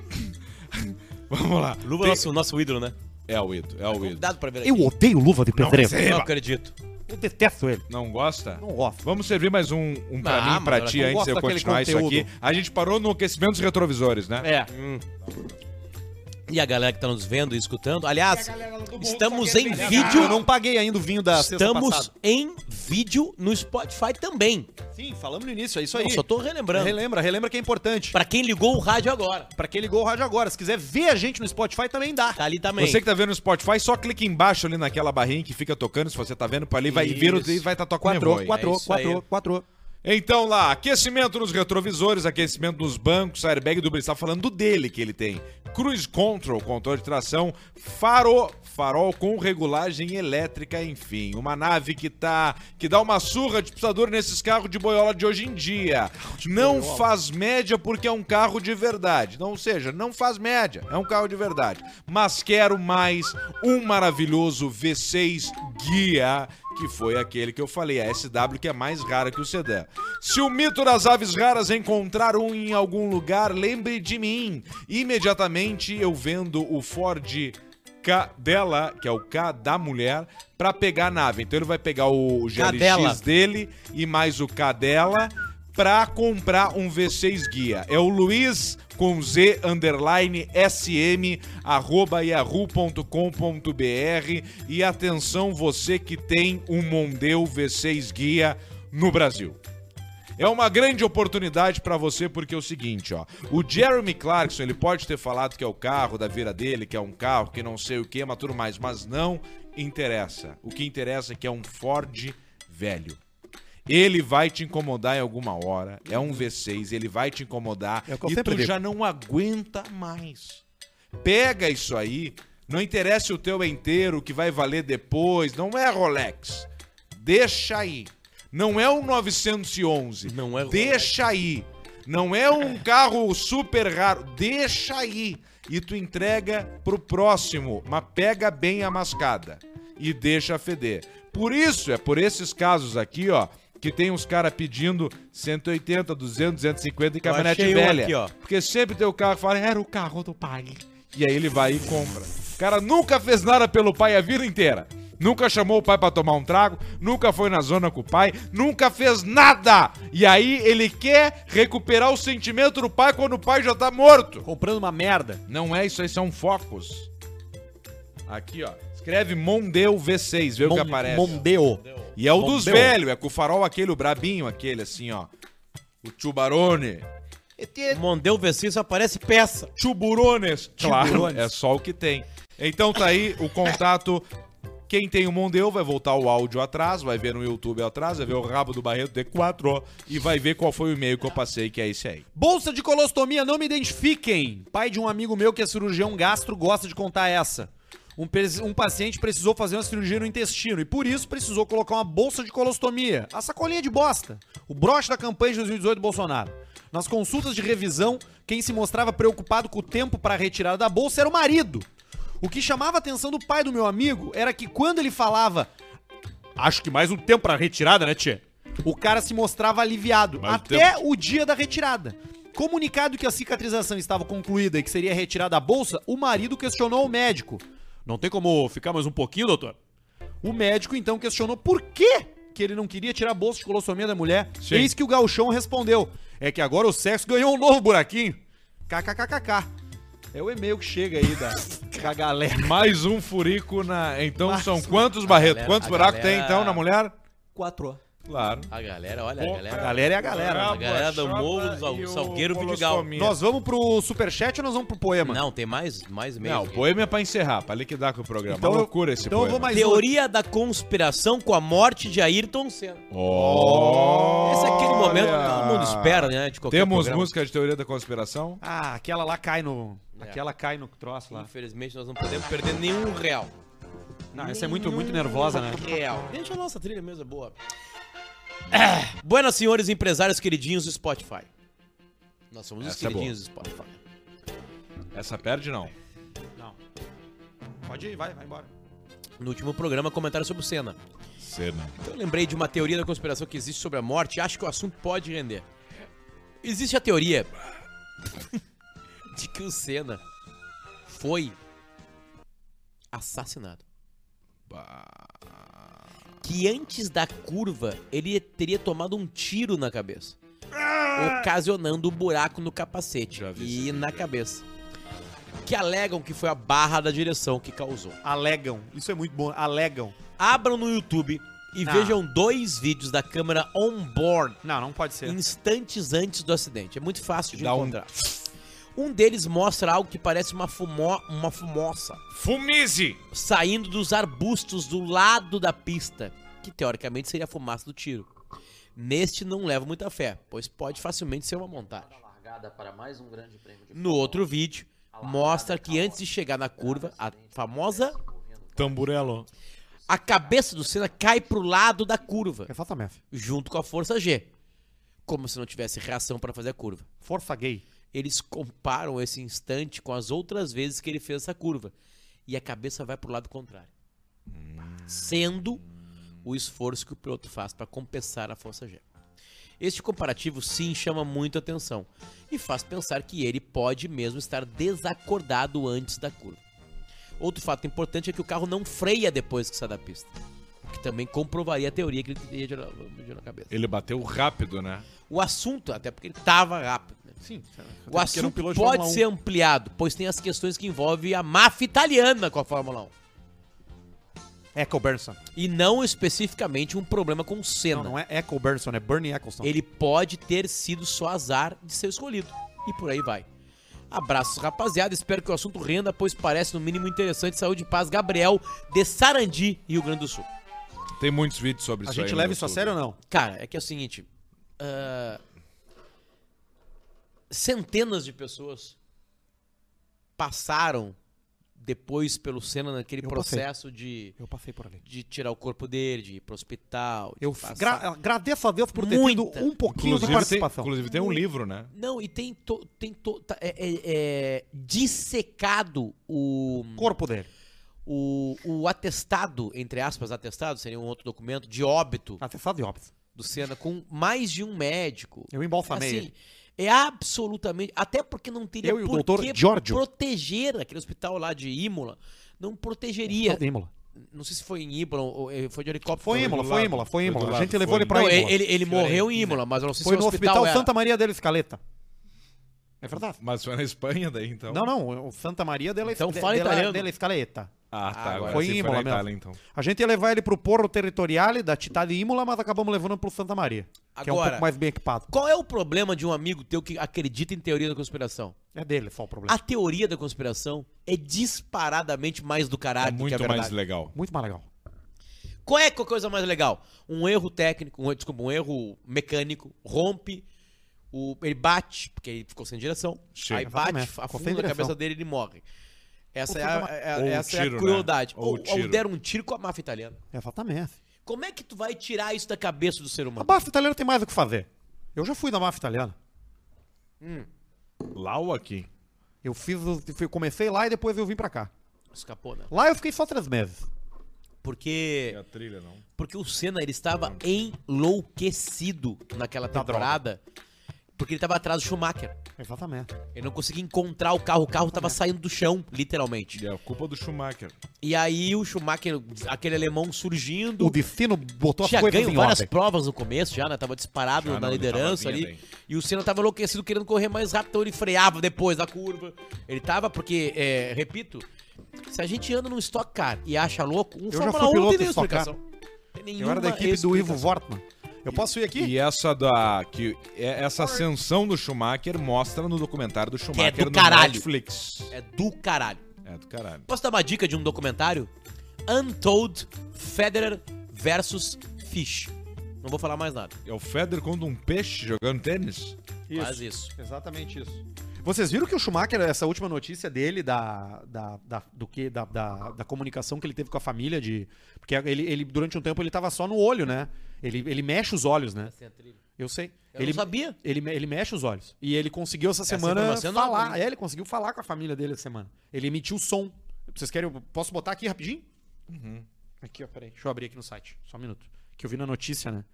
B: Vamos lá.
C: Luva é nosso, nosso ídolo, né?
B: É o Ido, é o Ido.
C: Dado pra ver aqui.
A: Eu odeio luva de pedreiro.
C: Não é. acredito.
A: Eu detesto ele.
B: Não gosta?
A: Não gosto.
B: Vamos servir mais um, um pra
C: Ah,
B: mim e pra
C: mano,
B: ti
C: eu
B: antes de eu
A: gosto daquele
B: continuar isso aqui.
A: conteúdo.
B: A gente parou no aquecimento dos retrovisores, né?
A: É.
C: E a galera que tá nos vendo e escutando. Aliás, estamos em vídeo.
A: Ah, Eu não paguei ainda o vinho da sexta
C: Estamos
A: passada.
C: em vídeo no Spotify também.
A: Sim, falamos no início, é isso aí.
C: Eu só tô relembrando.
A: Relembra, relembra que é importante.
C: Pra quem ligou o rádio agora.
A: Pra quem ligou o rádio agora, se quiser ver a gente no Spotify também dá.
C: Tá ali também.
B: Você que tá vendo no Spotify, só clica embaixo ali naquela barrinha que fica tocando. Se você tá vendo pra ali, vai vir o
C: Isso.
B: e vai estar tá tocando.
A: Quatro,
B: Revoy.
A: quatro,
C: é isso
A: quatro,
C: aí.
A: quatro.
B: Então lá, aquecimento nos retrovisores, aquecimento nos bancos, airbag duplo, está falando dele que ele tem. Cruise control, controle de tração, farol, farol com regulagem elétrica, enfim, uma nave que tá que dá uma surra de pisadura nesses carros de boiola de hoje em dia. Não faz média porque é um carro de verdade. Não, ou seja, não faz média, é um carro de verdade. Mas quero mais um maravilhoso V6 Guia que foi aquele que eu falei, a SW que é mais rara que o sedã. Se o mito das aves raras encontrar um em algum lugar, lembre de mim. Imediatamente eu vendo o Ford K dela, que é o K da mulher, pra pegar a nave. Então ele vai pegar o GLX
C: dela.
B: dele e mais o K dela pra comprar um V6 guia. É o Luiz com Z underline SM arroba yahoo.com.br e atenção você que tem um Mondeu V6 guia no Brasil. É uma grande oportunidade pra você porque é o seguinte, ó. O Jeremy Clarkson, ele pode ter falado que é o carro da vida dele, que é um carro que não sei o que, mas tudo mais, mas não interessa. O que interessa é que é um Ford velho. Ele vai te incomodar em alguma hora. É um V6, ele vai te incomodar
A: É o que eu
B: e
A: sempre
B: tu
A: digo.
B: já não aguenta mais. Pega isso aí, não interessa o teu inteiro, o que vai valer depois, não é Rolex. Deixa aí. Não é um 911.
C: Não é Rolex.
B: Deixa aí. Não é um carro super raro. Deixa aí. E tu entrega pro próximo, mas pega bem a mascada e deixa feder. Por isso, é por esses casos aqui, ó, que tem uns caras pedindo 180, 200, 250 e caminhonete
C: achei um
B: velha.
C: aqui, ó.
B: Porque sempre tem o carro que fala, era o carro do pai. E aí ele vai e compra. O cara nunca fez nada pelo pai a vida inteira. Nunca chamou o pai pra tomar um trago, nunca foi na zona com o pai, nunca fez nada. E aí ele quer recuperar o sentimento do pai quando o pai já tá morto.
A: Comprando uma merda.
B: Não é isso aí, são focos. Aqui, ó. Escreve Mondeu V6, vê o que
A: Mon-
B: aparece.
A: Mondeo.
B: E é o dos
A: Mondeu.
B: velhos, é com o farol aquele, o brabinho aquele, assim, ó. O Tubarone.
C: Mondeu V6 só aparece peça.
B: Tuburones. Claro,
A: Tiburones.
B: é só o que tem. Então tá aí o contato. Quem tem o Mondeu vai voltar o áudio atrás, vai ver no YouTube atrás, vai ver o rabo do Barreto D4 e vai ver qual foi o e-mail que eu passei, que é esse aí.
A: Bolsa de colostomia, não me identifiquem. Pai de um amigo meu que é cirurgião gastro gosta de contar essa. Um, pres- um paciente precisou fazer uma cirurgia no intestino e por isso precisou colocar uma bolsa de colostomia, a sacolinha de bosta, o broche da campanha de 2018 do Bolsonaro. Nas consultas de revisão, quem se mostrava preocupado com o tempo para a retirada da bolsa era o marido. O que chamava a atenção do pai do meu amigo era que quando ele falava Acho que mais um tempo pra retirada, né, Tchê? O cara se mostrava aliviado
B: Mais um
A: até o dia da retirada. Comunicado que a cicatrização estava concluída e que seria retirada a bolsa, o marido questionou o médico. Não tem como ficar mais um pouquinho, doutor? O médico então questionou por que que ele não queria tirar a bolsa de colossomia da mulher.
B: Sim.
A: Eis que o gauchão respondeu: É que agora o sexo ganhou um novo buraquinho. KKKKK. É o e-mail que chega aí da, da galera.
B: Mais um furico na. Então
A: Mais
B: são
A: um.
B: quantos, Barreto?
C: galera-
B: Quantos
C: a
B: buracos
C: galera-
B: tem então na mulher?
D: Quatro.
B: Claro.
C: A galera, olha,
B: Bom,
C: a
A: A
C: galera.
A: galera é a galera.
C: a galera do
B: Chapa
C: Morro do Sal-
B: e o
C: Salgueiro Vidigal.
B: Colossomia.
A: Nós vamos pro superchat ou nós vamos pro poema?
C: Não, tem mais, mais mesmo.
B: Não, o poema é pra encerrar, pra liquidar com o programa.
A: Então
B: é Uma
A: eu-
B: loucura esse
A: então eu
B: poema.
A: vou mais-
C: Teoria da conspiração com a morte de Ayrton Senna.
B: Oh,
C: Esse é aquele momento que
B: olha.
C: todo mundo espera, né? De qualquer
B: Temos
C: programa.
B: música de teoria da conspiração?
A: Ah, aquela lá cai no.
C: É.
A: Aquela cai no troço lá.
C: Infelizmente, nós não podemos perder nenhum real.
A: Não, essa é muito, muito nervosa, né?
C: Real. Deixa a nossa trilha mesmo, é boa. Ah, Buenas, senhores empresários queridinhos do Spotify. Nós somos os
B: Essa é
C: queridinhos do Spotify.
B: Essa perde, não.
A: Não. Pode ir, vai, vai embora.
C: No último programa, comentaram sobre o Senna.
B: Cena.
C: Então eu lembrei de uma teoria da conspiração que existe sobre a morte e acho que o assunto pode render. Existe a teoria de que o Senna foi assassinado. Que antes da curva ele teria tomado um tiro na cabeça, ocasionando um buraco no capacete
B: Já vi esse
C: e na cabeça. Que alegam que foi a barra da direção que causou.
A: Alegam. Isso é muito bom. Alegam.
C: Abram no YouTube e
B: Tá.
A: Não.
C: vejam dois vídeos da câmera on-board
A: Não, não pode ser.
C: instantes antes do acidente. É muito fácil de
B: Dá um-
C: encontrar. Um... deles mostra algo que parece uma, fumo... uma fumaça
B: Fumize!
C: saindo dos arbustos do lado da pista, que teoricamente seria a fumaça do tiro. Neste não levo muita fé, pois pode facilmente ser uma montagem.
E: largada para mais um grande prêmio de
C: No outro vídeo,
E: é
C: mostra que antes de chegar na curva,
E: um
C: a famosa
B: Tamburelo.
C: a cabeça do Senna cai pro lado da curva,
A: falta mesmo.
C: junto com a força G, como se não tivesse reação para fazer a curva.
A: Força gay.
C: eles comparam esse instante com as outras vezes que ele fez essa curva. E a cabeça vai pro lado contrário. Sendo o esforço que o piloto faz para compensar a força G. Este comparativo sim chama muito atenção e faz pensar que ele pode mesmo estar desacordado antes da curva. Outro fato importante é que o carro não freia depois que sai da pista, o que também comprovaria a teoria que ele teria de- de- na cabeça.
B: Ele bateu rápido, né?
C: O assunto, até porque ele estava rápido, né?
A: Sim.
C: O
A: Porque era um
C: assunto
A: piloto de
C: pode
A: Fórmula
C: ser ampliado, pois tem as questões que envolvem a máfia italiana com a Fórmula 1.
A: 1. Echo Bernson.
C: E não especificamente um problema com o Senna.
A: Não, não é Echo Bernson, é Bernie Eccleston.
C: Ele pode ter sido só azar de ser escolhido. E por aí vai. Abraços, rapaziada. Espero que o assunto renda, pois parece no mínimo interessante. Saúde e paz, Gabriel de Sarandi, Rio Grande do Sul.
B: Tem muitos vídeos sobre
A: A
B: isso aí
A: gente
B: no
A: leva isso a
B: YouTube.
A: sério ou não?
C: Cara, é que é o seguinte. ah, centenas de pessoas passaram depois pelo Senna naquele
A: Eu passei.
C: processo de,
A: Eu passei por ali.
C: de tirar o corpo dele, de ir pro hospital. de
A: Eu
C: passar-
A: gra- agradeço a Deus por ter
C: Muita.
A: tido um pouquinho de
B: Inclusive tem,
A: participação.
B: inclusive tem um livro, né?
C: Não, e tem, to, tem to, tá- é, é- é dissecado o,
A: Corpo dele.
C: o, o atestado, entre aspas, atestado, seria um outro documento, de óbito
A: Acessado de óbito.
C: do Senna com mais de um médico.
A: Eu embalsamei
C: Assim,
A: ele.
C: é absolutamente. Até porque não teria
A: Eu e o
C: por
A: doutor
C: que
A: Giorgio.
C: proteger aquele hospital lá de Imola. Não protegeria. Não sei se foi em Imola ou eh, foi de helicóptero.
A: Foi Imola,
B: do
A: foi
B: lado.
A: Imola, foi
B: Foi do
A: Imola. A
B: lado,
A: gente levou
B: foi
A: ele pra
C: Não,
A: Imola.
C: ele, ele morreu em Imola, mas eu não sei
A: Foi
C: se é. o
A: no hospital,
C: era-
A: Santa Maria dele Escaleta. É verdade.
B: Mas foi na Espanha daí, então.
A: Não, não, o Santa Maria dela
C: Então
A: de- é
C: fala
A: dela-
C: italiano.
A: dela Escaleta.
B: Ah,
C: Ah,
B: tá. Agora
C: agora
B: foi
A: sim, foi
B: em
A: na
B: Imola
A: Itália,
B: mesmo. então.
A: A gente ia levar ele pro Porro Territoriale da Titade Imola, mas acabamos levando pro Santa Maria, que é um
C: Agora-
A: pouco mais bem equipado.
C: Qual é o problema de um amigo teu que acredita em teoria da conspiração?
A: É dele só o problema.
C: A teoria da conspiração é disparadamente mais do caralho
B: É
C: do que a
B: muito
C: verdade.
B: mais legal.
A: Muito mais legal.
C: Qual é a coisa mais legal? Um erro técnico, um, desculpa, um erro mecânico, rompe, o, ele bate, porque ele ficou sem direção,
B: Chega.
C: aí bate,
A: Exatamente, ficou sem
C: afunda a
A: direção.
C: cabeça dele e ele morre. Essa, é
A: Ou
C: a,
A: fica
C: é a-
B: Ou um
C: essa
B: tiro,
C: é
B: né?
C: a crueldade.
B: Ou
C: Ou,
B: um
C: ou
B: tiro.
C: deram um tiro com a máfia italiana.
A: Exatamente.
C: Como é que tu vai tirar isso da cabeça do ser
A: A
C: humano?
A: máfia italiana tem mais o que fazer. Eu já fui na máfia italiana.
B: Lá ou aqui?
A: Eu fiz, os- eu comecei lá e depois eu vim pra cá.
C: Escapou, né?
A: Lá eu fiquei só três meses.
C: Porque...
B: É a trilha, não.
C: Porque o Senna, ele estava enlouquecido naquela
A: Da droga.
C: temporada. Porque ele estava atrás do Schumacher.
A: Exatamente.
C: Ele não conseguia encontrar o carro. O carro estava saindo do chão, literalmente.
B: É a culpa do Schumacher.
C: E aí o Schumacher, aquele alemão surgindo.
A: O assim destino botou as
C: tinha
A: coisas
C: ganho
A: em
C: várias
A: ordem.
C: provas no começo já, né? Tava disparado
B: Já,
C: na
B: não, ele
C: liderança
B: tava
C: ali.
B: vindo, hein?
C: E o Senna tava enlouquecido, querendo correr mais rápido, então ele freava depois da curva. Ele tava, porque, é, repito, se a gente anda num Stock Car e acha louco, um
A: já
C: Fórmula
A: fui
C: 1 não
A: piloto
C: tem nenhuma
A: Stock Car.
C: explicação. Tem
A: Eu era da
C: nenhuma
A: equipe do Ivo
C: explicação.
A: Vortman. Eu posso ir aqui?
B: E essa da. Que, é- essa ascensão do Schumacher mostra no documentário
A: é
B: do Schumacher
C: do
B: no
C: caralho.
B: Netflix.
C: É do caralho.
B: É do caralho.
C: Posso dar uma dica de um documentário? Untold Federer versus Fish. Não vou falar mais nada.
B: É o Federer contra um peixe jogando tênis?
A: Isso.
C: Faz isso.
A: Exatamente isso. Vocês viram que o Schumacher, essa última notícia dele, da, da, da- do que, da, da, da comunicação que ele teve com a família de. Porque ele, ele, durante um tempo, ele tava só no olho, né? Ele, ele mexe os olhos, né? Eu sei.
C: Eu
A: ele,
C: não sabia.
A: Ele, me- ele mexe os olhos. E ele conseguiu essa semana
C: informação é nova,
A: falar.
C: né?
A: é, ele conseguiu falar com a família dele essa semana. Ele emitiu som. Vocês querem? eu Posso botar aqui rapidinho?
B: Uhum.
A: Aqui, ó, peraí. Deixa eu abrir aqui no site. Só um minuto. Que eu vi na notícia, né?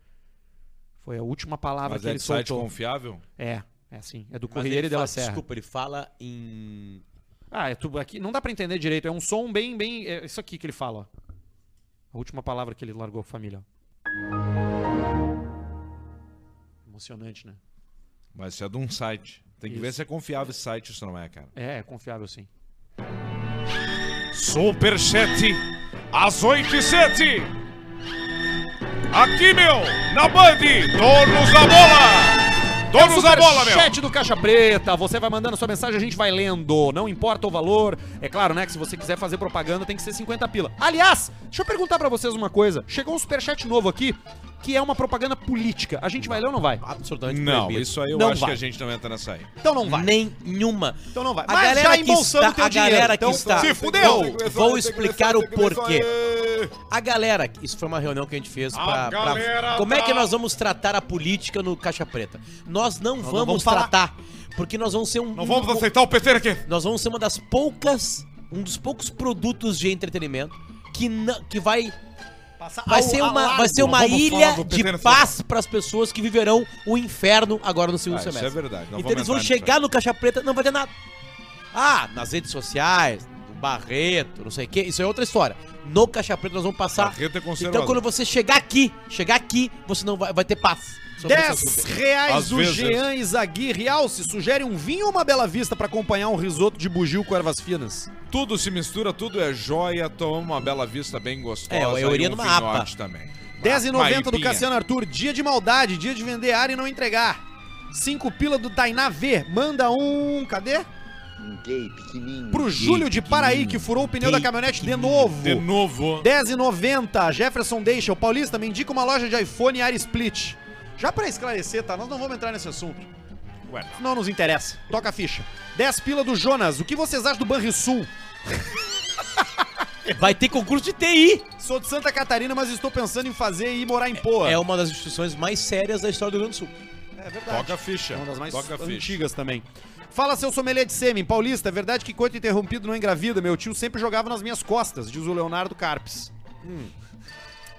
A: Foi a última palavra Ah,
B: Mas
A: que
B: é
A: ele
B: de site
A: soltou.
B: confiável?
A: É, é assim. É do
C: Mas
A: Corriere
C: ele
A: della
C: fala-
A: Serra.
C: Desculpa, ele fala em.
A: Ah, é tudo aqui. Não dá pra entender direito. É um som bem, bem. É isso aqui que ele fala, ó. A última palavra que ele largou pra família, ó. Emocionante, né?
B: Mas isso é de um site. Tem que
A: Isso.
B: ver se é confiável esse site, isso não é, cara.
A: É, é confiável sim.
B: Superchat às 8 e 7. Aqui, meu, na Band, donos da bola. Donos da bola, meu.
A: Chat É, do Caixa Preta, você vai mandando sua mensagem, a gente vai lendo. Não importa o valor. É claro, né, que se você quiser fazer propaganda tem que ser 50 pila. Aliás, deixa eu perguntar pra vocês uma coisa. Chegou um superchat novo aqui, que é uma propaganda política. A gente vai ler ou não vai?
C: Absolutamente
B: Não,
C: proibido.
B: isso aí eu
A: Não
B: acho
A: vai.
B: que a gente não entra nessa aí.
A: Então não vai.
C: Nenhuma.
A: Então não vai.
C: A galera que está- a galera que está-
A: Se fudeu!
C: Vou- vou explicar o porquê. A galera, isso foi uma reunião que a gente fez pra, pra-
B: galera
C: Como é que
B: tá-
C: nós vamos tratar a política no Caixa Preta? Nós não vamos,
A: vamos falar.
C: tratar, porque nós vamos ser um
B: Não vamos aceitar o PT aqui.
C: nós vamos ser uma das poucas, um dos poucos produtos de entretenimento que não, que vai vai ser uma vai ser uma
B: Vamos falar
C: ilha
B: do PT
C: de
B: nessa-
C: paz para as pessoas que viverão o inferno agora no segundo
B: Ah, isso
C: semestre.
B: é verdade, não
C: Então
B: vamos
C: eles vão
B: entrar nisso
C: chegar
B: aí.
C: no Caixa Preta, não vai ter nada. Ah, nas redes sociais, do Barreto, não sei o quê, isso é outra história. No Caixa Preta nós vamos passar
B: Barreto é conservador.
C: então quando você chegar aqui, chegar aqui, você não vai, vai ter paz. sobre esse
A: 10
C: assunto.
A: reais
B: Às
A: o
B: vezes.
A: Jean Izaguirre Alce sugere um vinho ou uma bela vista pra acompanhar um risoto de bugio com ervas finas.
B: Tudo se mistura, tudo é joia, toma uma bela vista bem gostosa.
C: É, eu- eu
B: e
C: iria
B: um
C: numa
B: vinhote
C: APA.
B: também.
A: R$10,90 do
B: Maipinha.
A: Cassiano Arthur, dia de maldade, dia de vender área e não entregar. 5 pila do Tainá V, manda um. Cadê?
F: Um gay pequenininho.
A: Pro Júlio de Paraí, que furou o pneu da caminhonete de novo.
B: De novo.
A: 10,90. Jefferson deixa. O Paulista me indica uma loja de iPhone e área split. Já pra esclarecer, tá? Nós não vamos entrar nesse assunto.
B: Ué.
A: Não nos interessa. Toca a ficha. 10 pila do Jonas. O que vocês acham do Banrisul?
C: Vai ter concurso de TI.
A: Sou de Santa Catarina, mas estou pensando em fazer e ir morar em Poa.
C: É uma das instituições mais sérias da história do Rio Grande do Sul.
A: É
B: Toca a ficha.
A: É uma das mais
B: Toca a ficha.
A: antigas também. Fala, seu sommelier de sêmen. Paulista, é verdade que coito interrompido não engravida. Meu tio sempre jogava nas minhas costas, diz o Leonardo Carpes.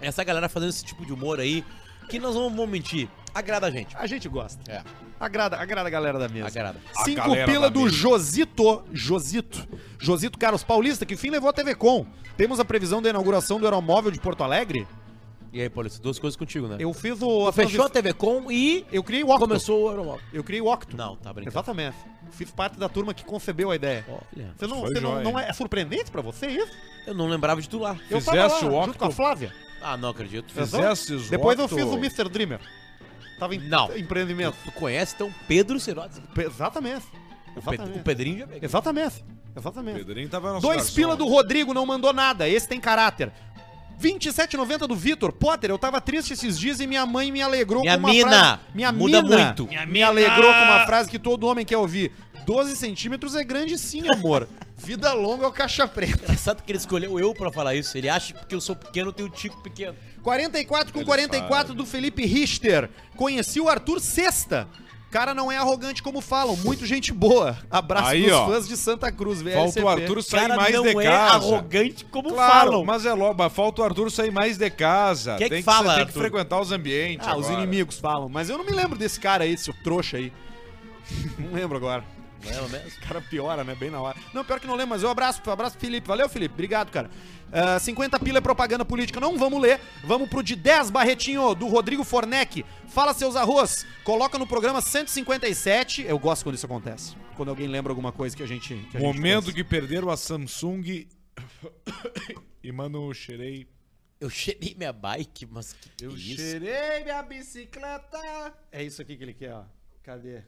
C: Essa galera fazendo esse tipo de humor aí, que nós não vamos mentir, agrada a gente.
A: A gente gosta.
C: É.
A: Agrada, agrada a galera da mesa.
C: Agrada.
B: A
A: Cinco
B: galera
A: pila
B: da
A: do
B: mesa.
A: Josito. Josito. Josito Carlos Paulista, que fim levou a TV Com. Temos a previsão da inauguração do aeromóvel de Porto Alegre?
C: E aí, Paulista, duas coisas contigo, né?
A: Eu fiz o. a
C: Fechou a
A: transi-
C: TV Com e
A: Eu criei o Octo.
C: começou o Euromóvel.
A: Eu criei o Octo.
C: Não, tá brincando.
A: Exatamente. Fiz parte da turma que concebeu a ideia.
C: Olha,
A: Você não,
B: Foi
A: você não,
B: joia.
A: não é surpreendente pra você isso?
C: eu não lembrava de tu lá.
A: Eu
B: Fizesse
A: tava
B: o
A: lá,
B: Octo?
A: junto com a Flávia.
C: Ah, não acredito.
A: Fiz-
B: Fizesse os
A: Depois eu
B: votos-
A: fiz o Mr. Dreamer. Tava em
C: Não.
A: empreendimento.
C: Tu conhece então Pedro Cirotes?
A: Pe- Exatamente.
C: O, Pe-
A: Exatamente.
C: o Pedrinho já é veio.
A: Exatamente. Exatamente.
B: Pedrinho tava na
A: Dois
B: situação.
A: pila do Rodrigo, não mandou nada. Esse tem caráter. 27,90 do Vitor. Potter, eu tava triste esses dias e minha mãe me alegrou
C: Minha
A: com uma
C: mina.
A: frase... Minha
C: Muda
A: mina
C: muito.
A: Me alegrou com uma frase que todo homem quer ouvir. 12 centímetros é grande sim, amor. Vida longa é o caixa preta.
C: Engraçado que ele escolheu eu pra falar isso. Ele acha que porque eu sou pequeno, eu tenho tico pequeno.
A: 44 com
B: Ele
A: 44
B: sabe.
A: do Felipe Richter. Conheci o Arthur Sexta. Cara não é arrogante como falam, muito gente boa. Abraço
B: Aí,
A: pros
B: ó.
A: fãs de Santa Cruz, velho.
B: Falta o Arthur
C: O
B: sair
C: cara
B: mais
C: não
B: de
C: é
B: casa.
C: arrogante como
B: Claro,
C: falam.
B: mas é logo, falta o Arthur sair mais de casa.
C: Quem é que
B: tem
C: fala,
B: Tem que
C: Arthur?
B: frequentar os ambientes.
A: Ah, os
B: agora.
A: inimigos falam, mas eu não me lembro desse cara aí, esse trouxa aí. não lembro agora.
C: Não é mesmo?
A: O cara piora, né? Bem na hora. Não, pior que não lembro, mas eu abraço, abraço Felipe. Valeu, Felipe. Obrigado, cara. Ah, 50 pila é propaganda política. Não vamos ler. Vamos pro de 10 Barretinho, do Rodrigo Fornec. Fala seus arroz. Coloca no programa 157. Eu gosto quando isso acontece. Quando alguém lembra alguma coisa que a gente. Que a gente
B: Momento
A: pensa.
B: que perderam a Samsung e mano, cheirei
C: Eu cheirei minha bike, mas que que é
A: Eu
C: isso?
A: cheirei minha bicicleta. É isso aqui que ele quer, ó. Cadê?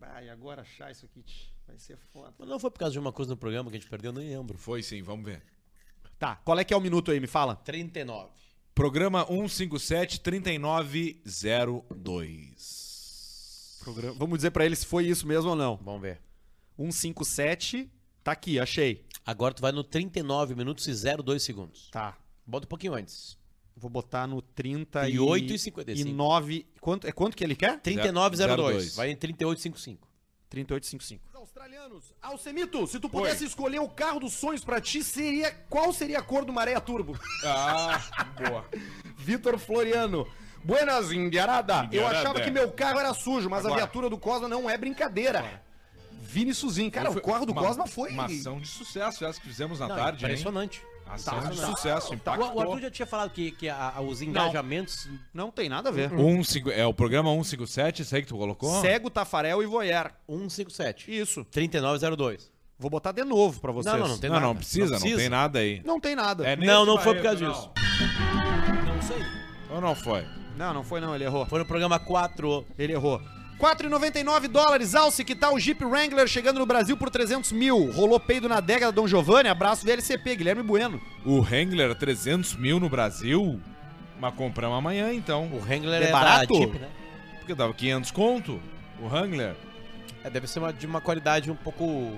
A: Ah, e agora achar isso aqui tch, vai ser foda.
C: Mas não foi por causa de uma coisa no programa que a gente perdeu, nem lembro.
B: Foi sim, vamos ver.
A: Tá, qual é que é o minuto aí? Me fala.
C: 39.
B: Programa um 157-3902.
A: Programa- Vamos dizer pra ele se foi isso mesmo ou não.
C: Vamos ver.
A: 157, tá aqui, achei.
C: Agora tu vai no 39 minutos e 02 segundos.
A: Tá.
C: Bota um pouquinho antes.
A: Vou botar no 30 e,
C: 38 e 55.
A: E 9. Quanto, é quanto que ele quer?
C: 3902.
B: 02.
C: Vai em 3855.
A: 38,55. Australianos, Alcemito, se tu pudesse escolher o carro dos sonhos pra ti, seria qual seria a cor do Maré Turbo?
B: Ah, boa.
A: Vitor Floriano. Buenas, Indiarada. Eu
B: Indiarada.
A: achava que meu carro era sujo, mas
B: Agora.
A: a viatura do Cosma não é brincadeira. Vini Suzinho. Cara, o carro do
B: uma-
A: Cosma foi...
B: Uma ação de sucesso, essa que fizemos na
C: Não,
B: tarde, hein?
C: impressionante. Tá,
B: Ação de
C: Impressionante.
B: sucesso,
C: O, o
B: impactou.
C: Arthur já tinha falado que, que a- a- os engajamentos.
A: Não tem nada a ver.
B: Um, cinco, é o programa 157, isso aí que tu colocou?
A: Cego, Tafarel e Voyeur.
C: 157.
A: Isso.
C: 3902.
A: Vou botar de novo pra vocês.
C: Não, não, não tem
B: Não,
C: nada.
B: não precisa, não, tem nada aí.
A: Não tem nada.
B: É
C: Não, não
B: nesse
C: foi por causa
B: Barreto,
C: disso. Não sei.
B: não. Ou não foi?
A: Não, não foi não, ele errou.
C: Foi no programa 4.
A: Ele errou. 4,99 dólares, Alce, que tal o Jeep Wrangler chegando no Brasil por 300 mil? Rolou peido na década, Dom Giovanni, abraço VLCP, Guilherme Bueno.
B: O Wrangler 300 mil no Brasil? Mas compramos amanhã, então.
C: O Wrangler
A: É
C: é,
A: barato?
C: da Jeep, né?
B: Porque dava 500 conto, o Wrangler.
C: É, deve ser uma- de uma qualidade um pouco.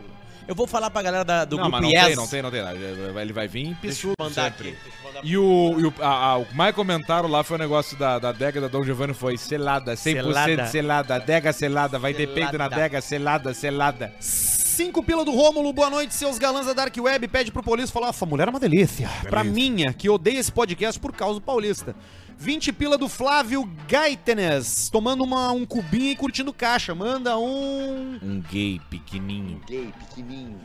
C: Eu vou falar pra galera da- do
B: não,
C: grupo
B: não
C: Yes.
B: tem, não tem, não tem. nada. Ele vai vir em
C: Deixa
B: pichudo
C: eu mandar
B: sempre.
C: aqui. Deixa eu mandar
B: E o, e o, a- a- o que mais comentaram lá foi o negócio da, da adega da Dom Giovanni foi selada, 100% selada,
C: Selada.
B: adega selada, vai ter
C: Selada.
B: peito na adega selada, selada.
A: 5 pila do Rômulo, boa noite, seus galãs da Dark Web. Pede pro Paulista falar, essa mulher é uma delícia. Pra minha, que odeia esse podcast por causa do Paulista. 20 pila do Flávio Gaitenes, tomando uma, um cubinho e curtindo caixa. Manda um.
B: Um gay pequenininho.
F: Gay, pequenininho.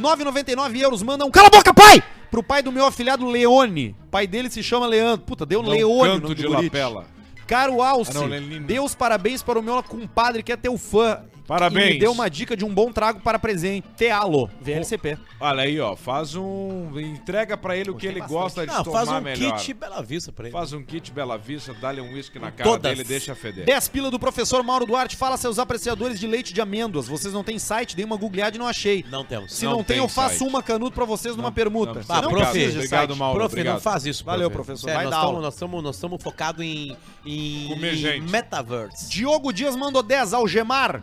A: 9,99 euros, manda um. Cala a boca, pai! Pro pai do meu afilhado Leone. Pai dele se chama Leandro. Puta, deu
B: Não
A: Leone
B: um canto
A: no
B: de
A: guri.
B: lapela.
A: Caro Alce,
B: Ah, não, Leline.
A: Deus parabéns para o meu compadre que é teu fã.
B: Parabéns.
A: E me deu uma dica de um bom trago para presente. Tealo, VLCP.
B: Olha aí, ó, faz um... entrega pra ele o que ele gosta de
C: Não,
B: tomar
C: faz um
B: melhor.
C: kit Bela Vista pra ele.
B: Faz um kit Bela Vista, dá-lhe um uísque na cara
C: todas.
B: dele e deixa feder.
A: 10 pila do professor Mauro Duarte. Fala seus apreciadores de leite de amêndoas. Vocês não têm site, dei uma googleada e não achei.
C: Não temos.
A: Se
B: Não
A: não, tem,
B: tem
A: eu faço
B: site.
A: uma canuto para vocês numa
B: Não, não
A: permuta.
B: precisa.
C: Ah,
A: não
C: prof,
A: precisa de
B: obrigado,
A: site.
B: Mauro,
C: prof,
B: obrigado.
C: não faz isso,
A: Valeu, professor, vai
C: nós
A: dar
C: tamo-
A: aula.
C: nós estamos nós estamos focados em, em,
B: Comer
C: em
B: gente.
C: metaverse.
A: Diogo Dias mandou 10. Algemar.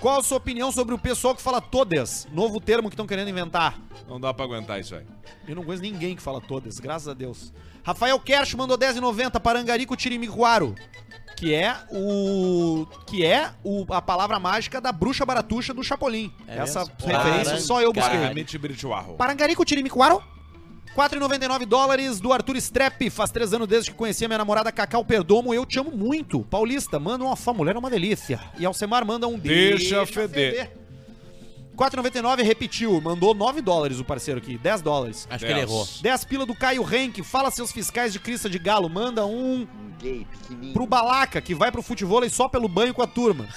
A: Qual a sua opinião sobre o pessoal que fala todas? Novo termo que estão querendo inventar.
B: Não dá pra aguentar isso aí.
A: Eu não conheço ninguém que fala todas, graças a Deus. Rafael Kersh mandou 10,90 Parangarico Tirimiguaro, que é o que é o, a palavra mágica da bruxa baratuxa do Chapolin.
C: É
A: Essa
C: mesmo?
A: referência só eu busquei.
B: Para Mitch Bridgewater.
A: Parangarico Tirimiguaro. 4,99 dólares do Arthur Strepp. Faz três anos desde que conheci a minha namorada Cacau Perdomo. Eu te amo muito. Paulista, manda uma fã, mulher é uma delícia. E Alcemar manda um
B: Deixa feder.
A: 4,99 repetiu. Mandou 9 dólares o parceiro aqui. 10 dólares.
C: Acho que ele errou.
A: 10 pila do Caio Henk, fala seus fiscais de crista de galo, manda um
F: Um gay, pequenininho.
A: pro Balaca, que vai pro futebol só pelo banho com a turma.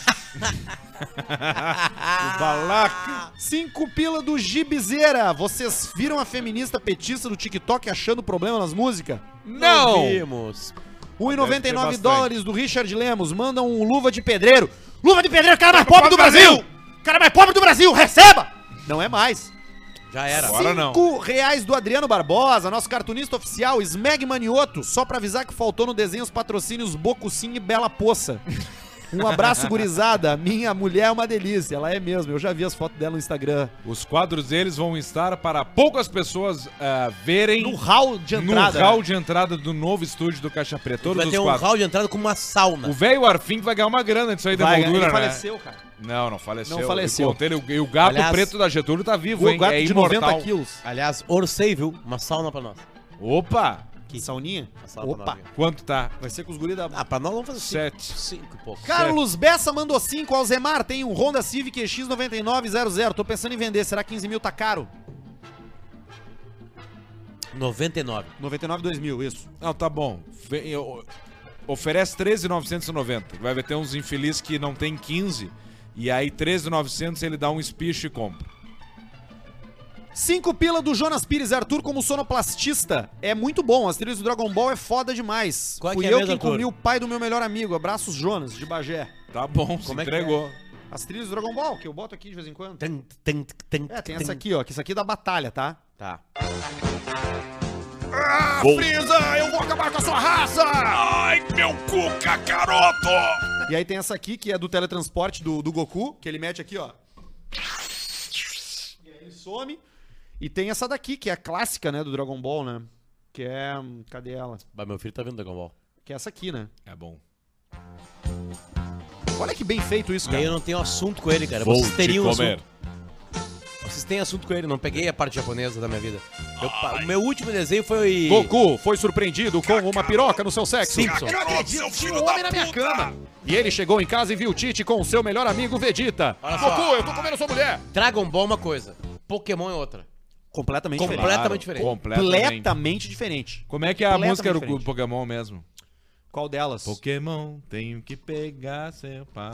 B: O Balaca.
A: 5 pila do Gibizeira, vocês viram a feminista petista do TikTok achando problema nas músicas?
C: Vimos.
A: 1,99
B: bastante.
A: dólares do Richard Lemos, manda um luva de pedreiro. Luva de pedreiro, é cara mais pobre do Brasil! Cara mais pobre do Brasil, receba! Não é mais.
C: Já era.
B: Agora não.
A: Cinco reais do Adriano Barbosa, nosso cartunista oficial, Smeg Manioto, só pra avisar que faltou no desenho os patrocínios Bocucim e Bela Poça. Um abraço, gurizada. Minha mulher é uma delícia. Ela é mesmo. Eu já vi as fotos dela no Instagram.
B: Os quadros deles vão estar para poucas pessoas ah, verem
A: No hall de entrada. né?
B: no hall de entrada do novo estúdio do Caixa Preta. Todos
C: Vai
B: os
C: ter um
B: quadros.
C: hall de entrada com uma sauna.
B: O velho Arfim que vai ganhar uma grana disso aí da
A: né? Vai,
B: moldura,
A: ele
B: né?
A: faleceu, cara.
B: Não, não faleceu.
A: Não faleceu.
B: Eu contei, ele- e o gato
C: Aliás,
B: preto da Getúlio tá vivo, hein?
A: o gato
B: é
A: de
B: imortal.
A: 90 quilos.
C: Aliás, Orsay, viu? Uma sauna pra nós.
B: Opa!
A: Que sauninha?
C: Uma sauna pra
A: Opa.
C: nós. viu?
B: Quanto tá?
A: Vai ser com os guris da...
C: Ah, pra nós vamos fazer cinco,
B: Sete.
C: cinco e pouco.
A: Carlos Bessa mandou 5. Alzemar tem um Honda Civic EX9900. Tô pensando em vender. Será 15 mil tá caro?
C: 99.
A: 99, 2 mil, isso.
B: Não, tá bom. Vem, eu- oferece 13,990. Vai ter uns infelizes que não tem 15. E aí, 13,900 ele dá um espicho e compra.
A: Cinco pila do Jonas Pires Arthur como sonoplastista. É muito bom. As trilhas do Dragon Ball é foda demais.
C: Qual é
A: Fui
C: que é
A: eu
C: mesmo,
A: quem
C: Arthur?
A: comi o pai do meu melhor amigo. Abraços, Jonas, de Bagé.
B: Tá bom, se
C: Como é que
B: entregou.
A: As trilhas do Dragon Ball, que eu boto aqui de vez em quando.
C: Tan, tan, tan,
A: É, tem
C: tan.
A: essa aqui, ó. Que isso aqui é da batalha, tá? Ah,
C: Tá.
A: Frieza, eu vou acabar com a sua raça!
B: Ai, meu cuca caroto!
A: E aí tem essa aqui, que é do teletransporte do, do Goku, que ele mete aqui, ó. E aí ele some. E tem essa daqui, que é a clássica, né, do Dragon Ball, né? Que é... hum, Cadê ela?
C: Bah, meu filho tá vendo Dragon Ball.
A: Que é essa aqui, né?
B: É bom.
A: Olha que bem feito isso,
C: E aí eu
A: cara.
C: não tenho assunto com ele, cara.
B: Vou
C: Vocês
B: te
C: teriam
B: comer.
C: assunto. Vocês têm assunto com ele, não peguei a parte japonesa da minha vida. Eu- o meu último desenho foi.
A: Goku foi surpreendido com uma piroca no seu sexo.
C: Simpson.
A: acredito, tinha um homem na minha cama. E ele chegou em casa e viu Tite com o seu melhor amigo Vegeta.
C: Olha só.
A: Goku, eu tô comendo sua mulher.
C: Dragon Ball é uma coisa, Pokémon é outra.
A: Completamente
C: Comple- Completamente diferente.
B: Completamente.
A: Completamente diferente.
B: Como é que é a
A: Completamente
B: música do
A: diferente.
B: Pokémon mesmo?
A: Qual delas?
B: Pokémon, tenho que pegar seu pau.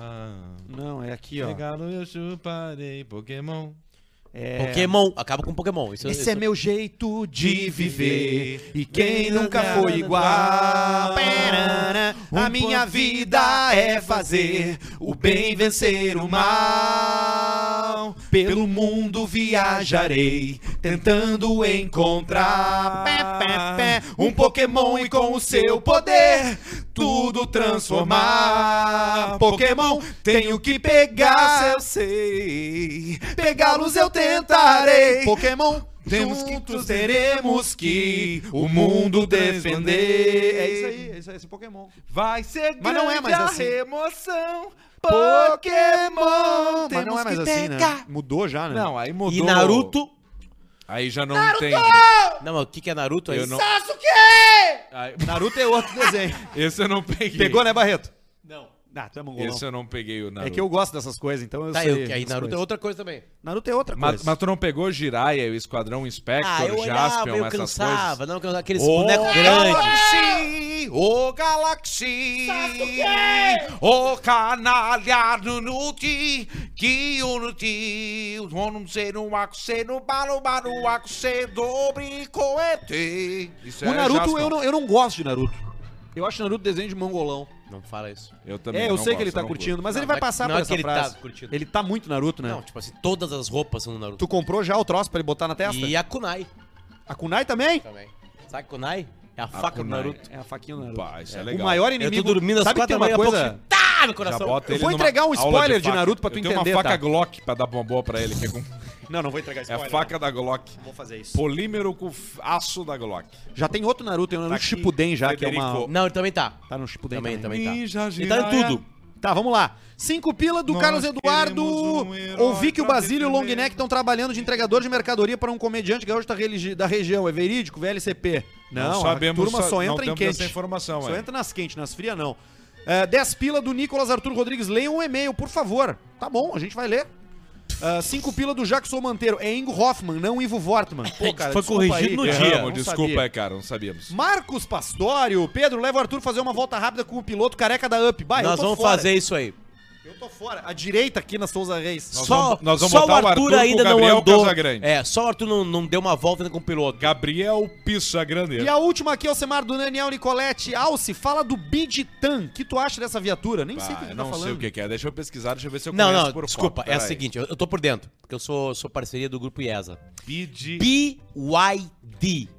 A: Não, é aqui, ó.
B: Pegado eu chuparei Pokémon.
A: É...
C: Pokémon, acaba com Pokémon. Isso,
A: Esse
C: isso-
A: é meu jeito de viver é e quem nunca foi igual. Perana, A minha um vida é fazer o bem vencer o mal. Pelo mundo viajarei tentando encontrar pé, pé, pé, um Pokémon e com o seu poder tudo transformar. Pokémon, tenho que pegar, eu sei. Pegá-los eu tentarei. Pokémon, temos que juntos teremos que o mundo defender. É isso aí, é isso aí, esse Pokémon.
B: Vai ser
A: Mas não é mais
B: grande a
A: assim.
B: remoção.
A: Pokémon, mas não é
B: temos
A: mais
B: que
A: assim, né?
B: pegar.
A: Mudou já, né?
B: Não, aí mudou.
C: E Naruto.
B: Aí já não tem.
C: Não, mas o que, que é Naruto?
B: Eu
C: Aí
B: não... Aí-
A: Naruto é outro desenho.
B: Esse eu não peguei.
A: Pegou, né, Barreto?
D: Não.
A: Ah, tu é mongolão.
B: Esse eu não peguei o Naruto.
A: É que eu gosto dessas coisas, então eu
C: Tá,
A: sei.
C: eu, aí
A: essas
C: Naruto é
A: coisas.
C: outra coisa também.
A: Naruto é outra
B: Mas,
A: coisa.
B: mas tu não pegou Jiraiya, o Esquadrão Inspector,
A: Ah,
B: Jaspion,
C: Ah, eu
B: essas
C: cansava.
B: coisas?
C: Não, eu cansava, aqueles
B: Ô,
C: bonecos grandes.
B: Galaxy! Ô, Galaxy! Ô, canalha do Nuti! Que o Nuti! O dono ser um acusê no balo, balo, acusê dobre coete. é Isso é
A: O Naruto, eu não, eu não gosto de Naruto. Eu acho Naruto desenho de mongolão.
C: Não fala isso.
B: Eu também
A: é, eu
B: não
A: sei que
B: gosto,
A: ele tá
B: não
A: curtindo, mas
C: Não,
A: ele vai
C: não é-
A: passar
C: não
A: por
C: é
A: essa
C: que ele tá
A: frase.
C: curtindo.
A: Ele tá muito Naruto, né?
C: Não, tipo assim, todas as roupas são do Naruto.
A: Tu comprou já o troço pra ele botar na testa?
C: E a Kunai
A: A Kunai também?
C: também. Sabe a Kunai? É a, faca do
B: kunai.
C: Naruto.
A: É a faquinha do
B: curto.
A: Naruto.
B: Pá, isso é,
A: o
B: legal.
A: maior
C: Eu
A: inimigo...
C: tô dormindo às
A: Sabe que
C: quatro
A: tem
C: da
A: uma
C: manhã,
A: coisa...
C: coisa... tá no
B: Já
C: coração.
B: bota
A: Eu
B: ele
A: vou
B: numa
A: entregar um
B: aula
A: spoiler de
B: faca.
A: Naruto pra tu
B: eu
A: entender,
B: Tem uma faca
A: tá?
B: Glock pra dar uma boa pra ele. que é com-
A: Não, não vou entregar
B: É a
A: spoiler.
B: faca da Glock.
A: Não vou fazer isso.
B: Polímero com f- aço da Glock.
A: Já tem outro Naruto, tem o Naruto
B: aqui,
A: Shippuden já, que é uma...
B: Federico.
C: Não, ele também tá.
A: Tá no Shippuden
C: Também,
A: também.
C: também tá.
B: Ninja
C: Ele tá em
B: Jiraiya.
C: tudo.
A: Tá, vamos lá. Cinco pila do
B: Nós
A: Carlos Eduardo.
B: queremos um herói
A: Ouvi que o
B: pra
A: Basílio e o
B: defender.
A: Longneck estão trabalhando de entregador de mercadoria para um comediante gaúcho da, religi- da região. É verídico, VLCP? Não, a turma só
B: não
A: entra em
B: temos essa
A: quente.
B: informação,
A: Só
B: é.
A: entra nas quentes, nas frias não. É, 10 pila do Nicolas Arthur Rodrigues. Leiam um e-mail, por favor. Tá bom, a gente vai ler. 5 pila do Jackson Manteiro. É Ingo Hoffman, não Ivo Wortman. Pô, cara,
C: É, Foi
A: desculpa
C: corrigido no
A: cara,
C: dia.
A: não
B: Erramos, desculpa,
A: sabia.
B: é, cara, não sabíamos.
A: Marcos Pastório. Pedro, leva o Arthur fazer uma volta rápida com o piloto careca da UP. Vai, Ah, eu
C: Nós
A: tô
C: vamos
A: fora.
C: fazer isso aí.
A: Eu tô fora. A direita aqui na Souza Reis.
B: Nós
C: só
B: vamos- nós vamos
C: só o
B: botar o
C: Arthur,
B: Arthur com o
C: ainda não
B: Gabriel
C: andou.
B: Casagrande.
C: É, só o Arthur não, não deu uma volta ainda com o piloto.
B: Gabriel Pissa
A: E
B: Grande.
A: a última aqui é o Semar do Daniel Nicoletti. Alce, fala do Biditan. O que tu acha dessa viatura? Nem sei o que tu tá
B: Ah, não
A: falando.
B: sei o que que é, deixa eu pesquisar, deixa eu ver se eu
C: não,
B: conheço
C: não,
B: por
C: desculpa.
B: foto,
C: é o
B: peraí.
C: seguinte, eu, eu tô por dentro, porque eu sou, sou parceria do grupo IESA.
B: Bid...
C: BYD.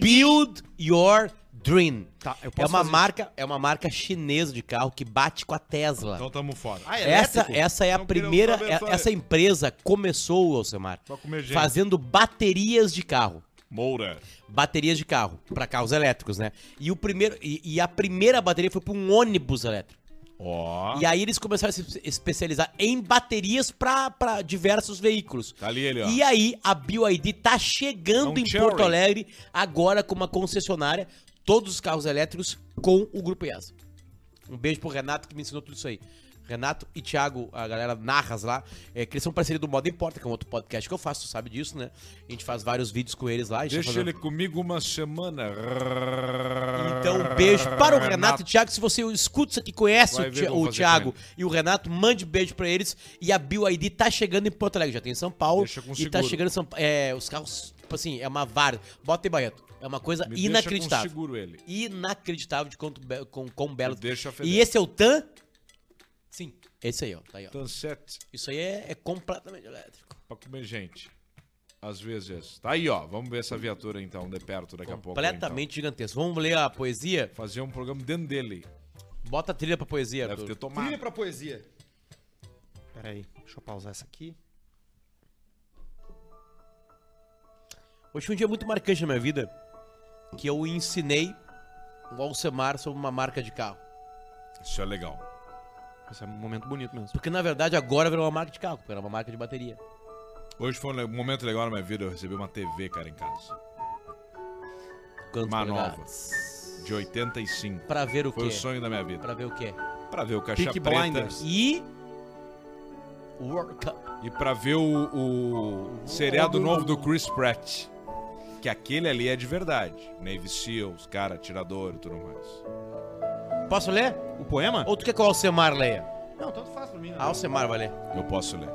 C: Build Your Dream.
A: Tá, eu
C: É
A: posso
C: uma,
A: fazer
C: marca, é uma marca chinesa de carro que bate com a Tesla.
B: Então tamo fora.
A: Ah, é
C: Essa,
A: elétrico?
C: essa é a
B: Não queremos
C: primeira.
B: saber a
C: é-
B: história.
C: essa empresa começou, Alcemar,
B: Só comer gente.
C: fazendo baterias de carro.
B: Moura.
C: Baterias de carro, pra carros elétricos, né? E, o primeiro, e, e a primeira bateria foi pra um ônibus elétrico.
B: Ó.
C: E aí eles começaram a se especializar em baterias pra pra diversos veículos.
B: Tá ali ele, ó.
C: E aí, a BioID tá chegando
B: É um
C: em
B: cherry.
C: Porto Alegre, agora com uma concessionária, todos os carros elétricos com o Grupo IASA. Um beijo pro Renato que me ensinou tudo isso aí. Renato e Thiago, a galera narras lá, é, que eles são parceria do Moda Importa, que é um outro podcast que eu faço, tu sabe disso, né? A gente faz vários vídeos com eles lá. a gente tá
B: Deixa
C: fazendo-
B: ele comigo uma semana.
C: Então, um beijo para o Renato e o Thiago. Se você escuta isso aqui, conhece
B: Vai
C: o,
B: ver,
C: Thi-
B: vou
C: o
B: fazer
C: Thiago
B: com
C: e o Renato, mande beijo pra eles. E a Bill ID tá chegando em Porto Alegre, já tem em São Paulo.
B: Deixa com
C: E tá
B: seguro.
C: chegando em São Paulo. É, os carros, tipo assim, é uma vara. Bota aí, Barreto. É uma coisa
B: Me deixa com
C: inacreditável.
B: seguro ele.
C: Inacreditável de quanto be- com, quão belo.
B: Me deixa
C: e
B: feliz.
C: esse é o Tan? Sim, esse aí, ó. Tá aí, ó.
B: Tansete
C: Isso aí é, é completamente elétrico.
B: pra comer gente. Às vezes. Tá aí, ó. Vamos ver essa viatura então, de perto daqui a pouco. então.
C: completamente gigantesco. Vamos ler a poesia?
B: Fazer um programa dentro dele.
C: Bota a trilha pra poesia,
B: Deve ter
C: Arthur.
B: tomado.
D: Trilha pra poesia. Peraí, deixa eu pausar essa aqui.
C: Hoje foi um dia muito marcante na minha vida que eu ensinei o Alcemar sobre uma marca de carro.
B: Isso é legal.
D: Esse é um momento bonito mesmo.
C: Porque na verdade agora virou uma marca de carro, porque era uma marca de bateria.
B: Hoje foi um le- momento legal na minha vida. Eu recebi uma TV, cara, em casa.
C: Quantos
B: Uma nova.
C: polegadas?
B: De 85.
C: Pra ver o
B: Foi o
C: quê?
B: sonho da minha vida.
C: Pra ver o quê?
B: Pra ver o Caixa
D: Peaky
B: Preta.
D: Blinders.
C: E. World Cup.
B: E pra ver o, o
C: É
B: seriado novo do Chris Pratt. Que aquele ali é de verdade. Navy Seals, cara, atirador e tudo mais.
C: Posso ler?
D: O poema?
C: Ou tu quer que o Alcemar leia?
D: Não, tanto faz pra mim. né?
C: Ah, Alcemar vai ler.
B: Eu posso ler.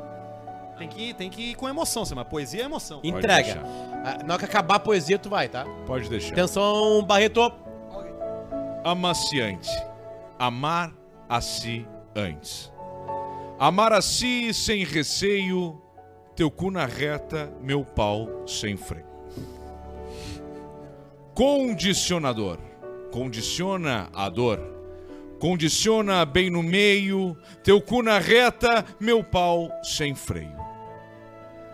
D: Tem, que, tem que ir com emoção, Sema. Poesia é emoção.
C: Entrega.
B: deixar.
C: Ah, Na hora que acabar a poesia, tu vai, tá?
B: Pode deixar.
C: Atenção, Barreto.
B: amaciante. Amar a si antes. Amar a si sem receio, teu cu na reta, meu pau sem freio. Condicionador. Condiciona a dor. Condiciona bem no meio, teu cu na reta, meu pau sem freio.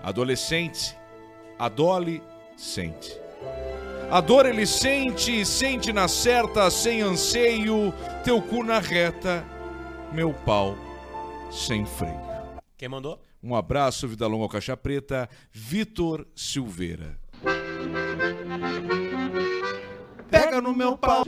B: Adolescente, adole, sente. A dor ele sente, sente na certa, sem anseio, teu cu na reta, meu pau sem freio.
C: Quem mandou?
B: Um abraço, Vida Longa ao Caixa Preta, Vitor Silveira. Pega no meu pau.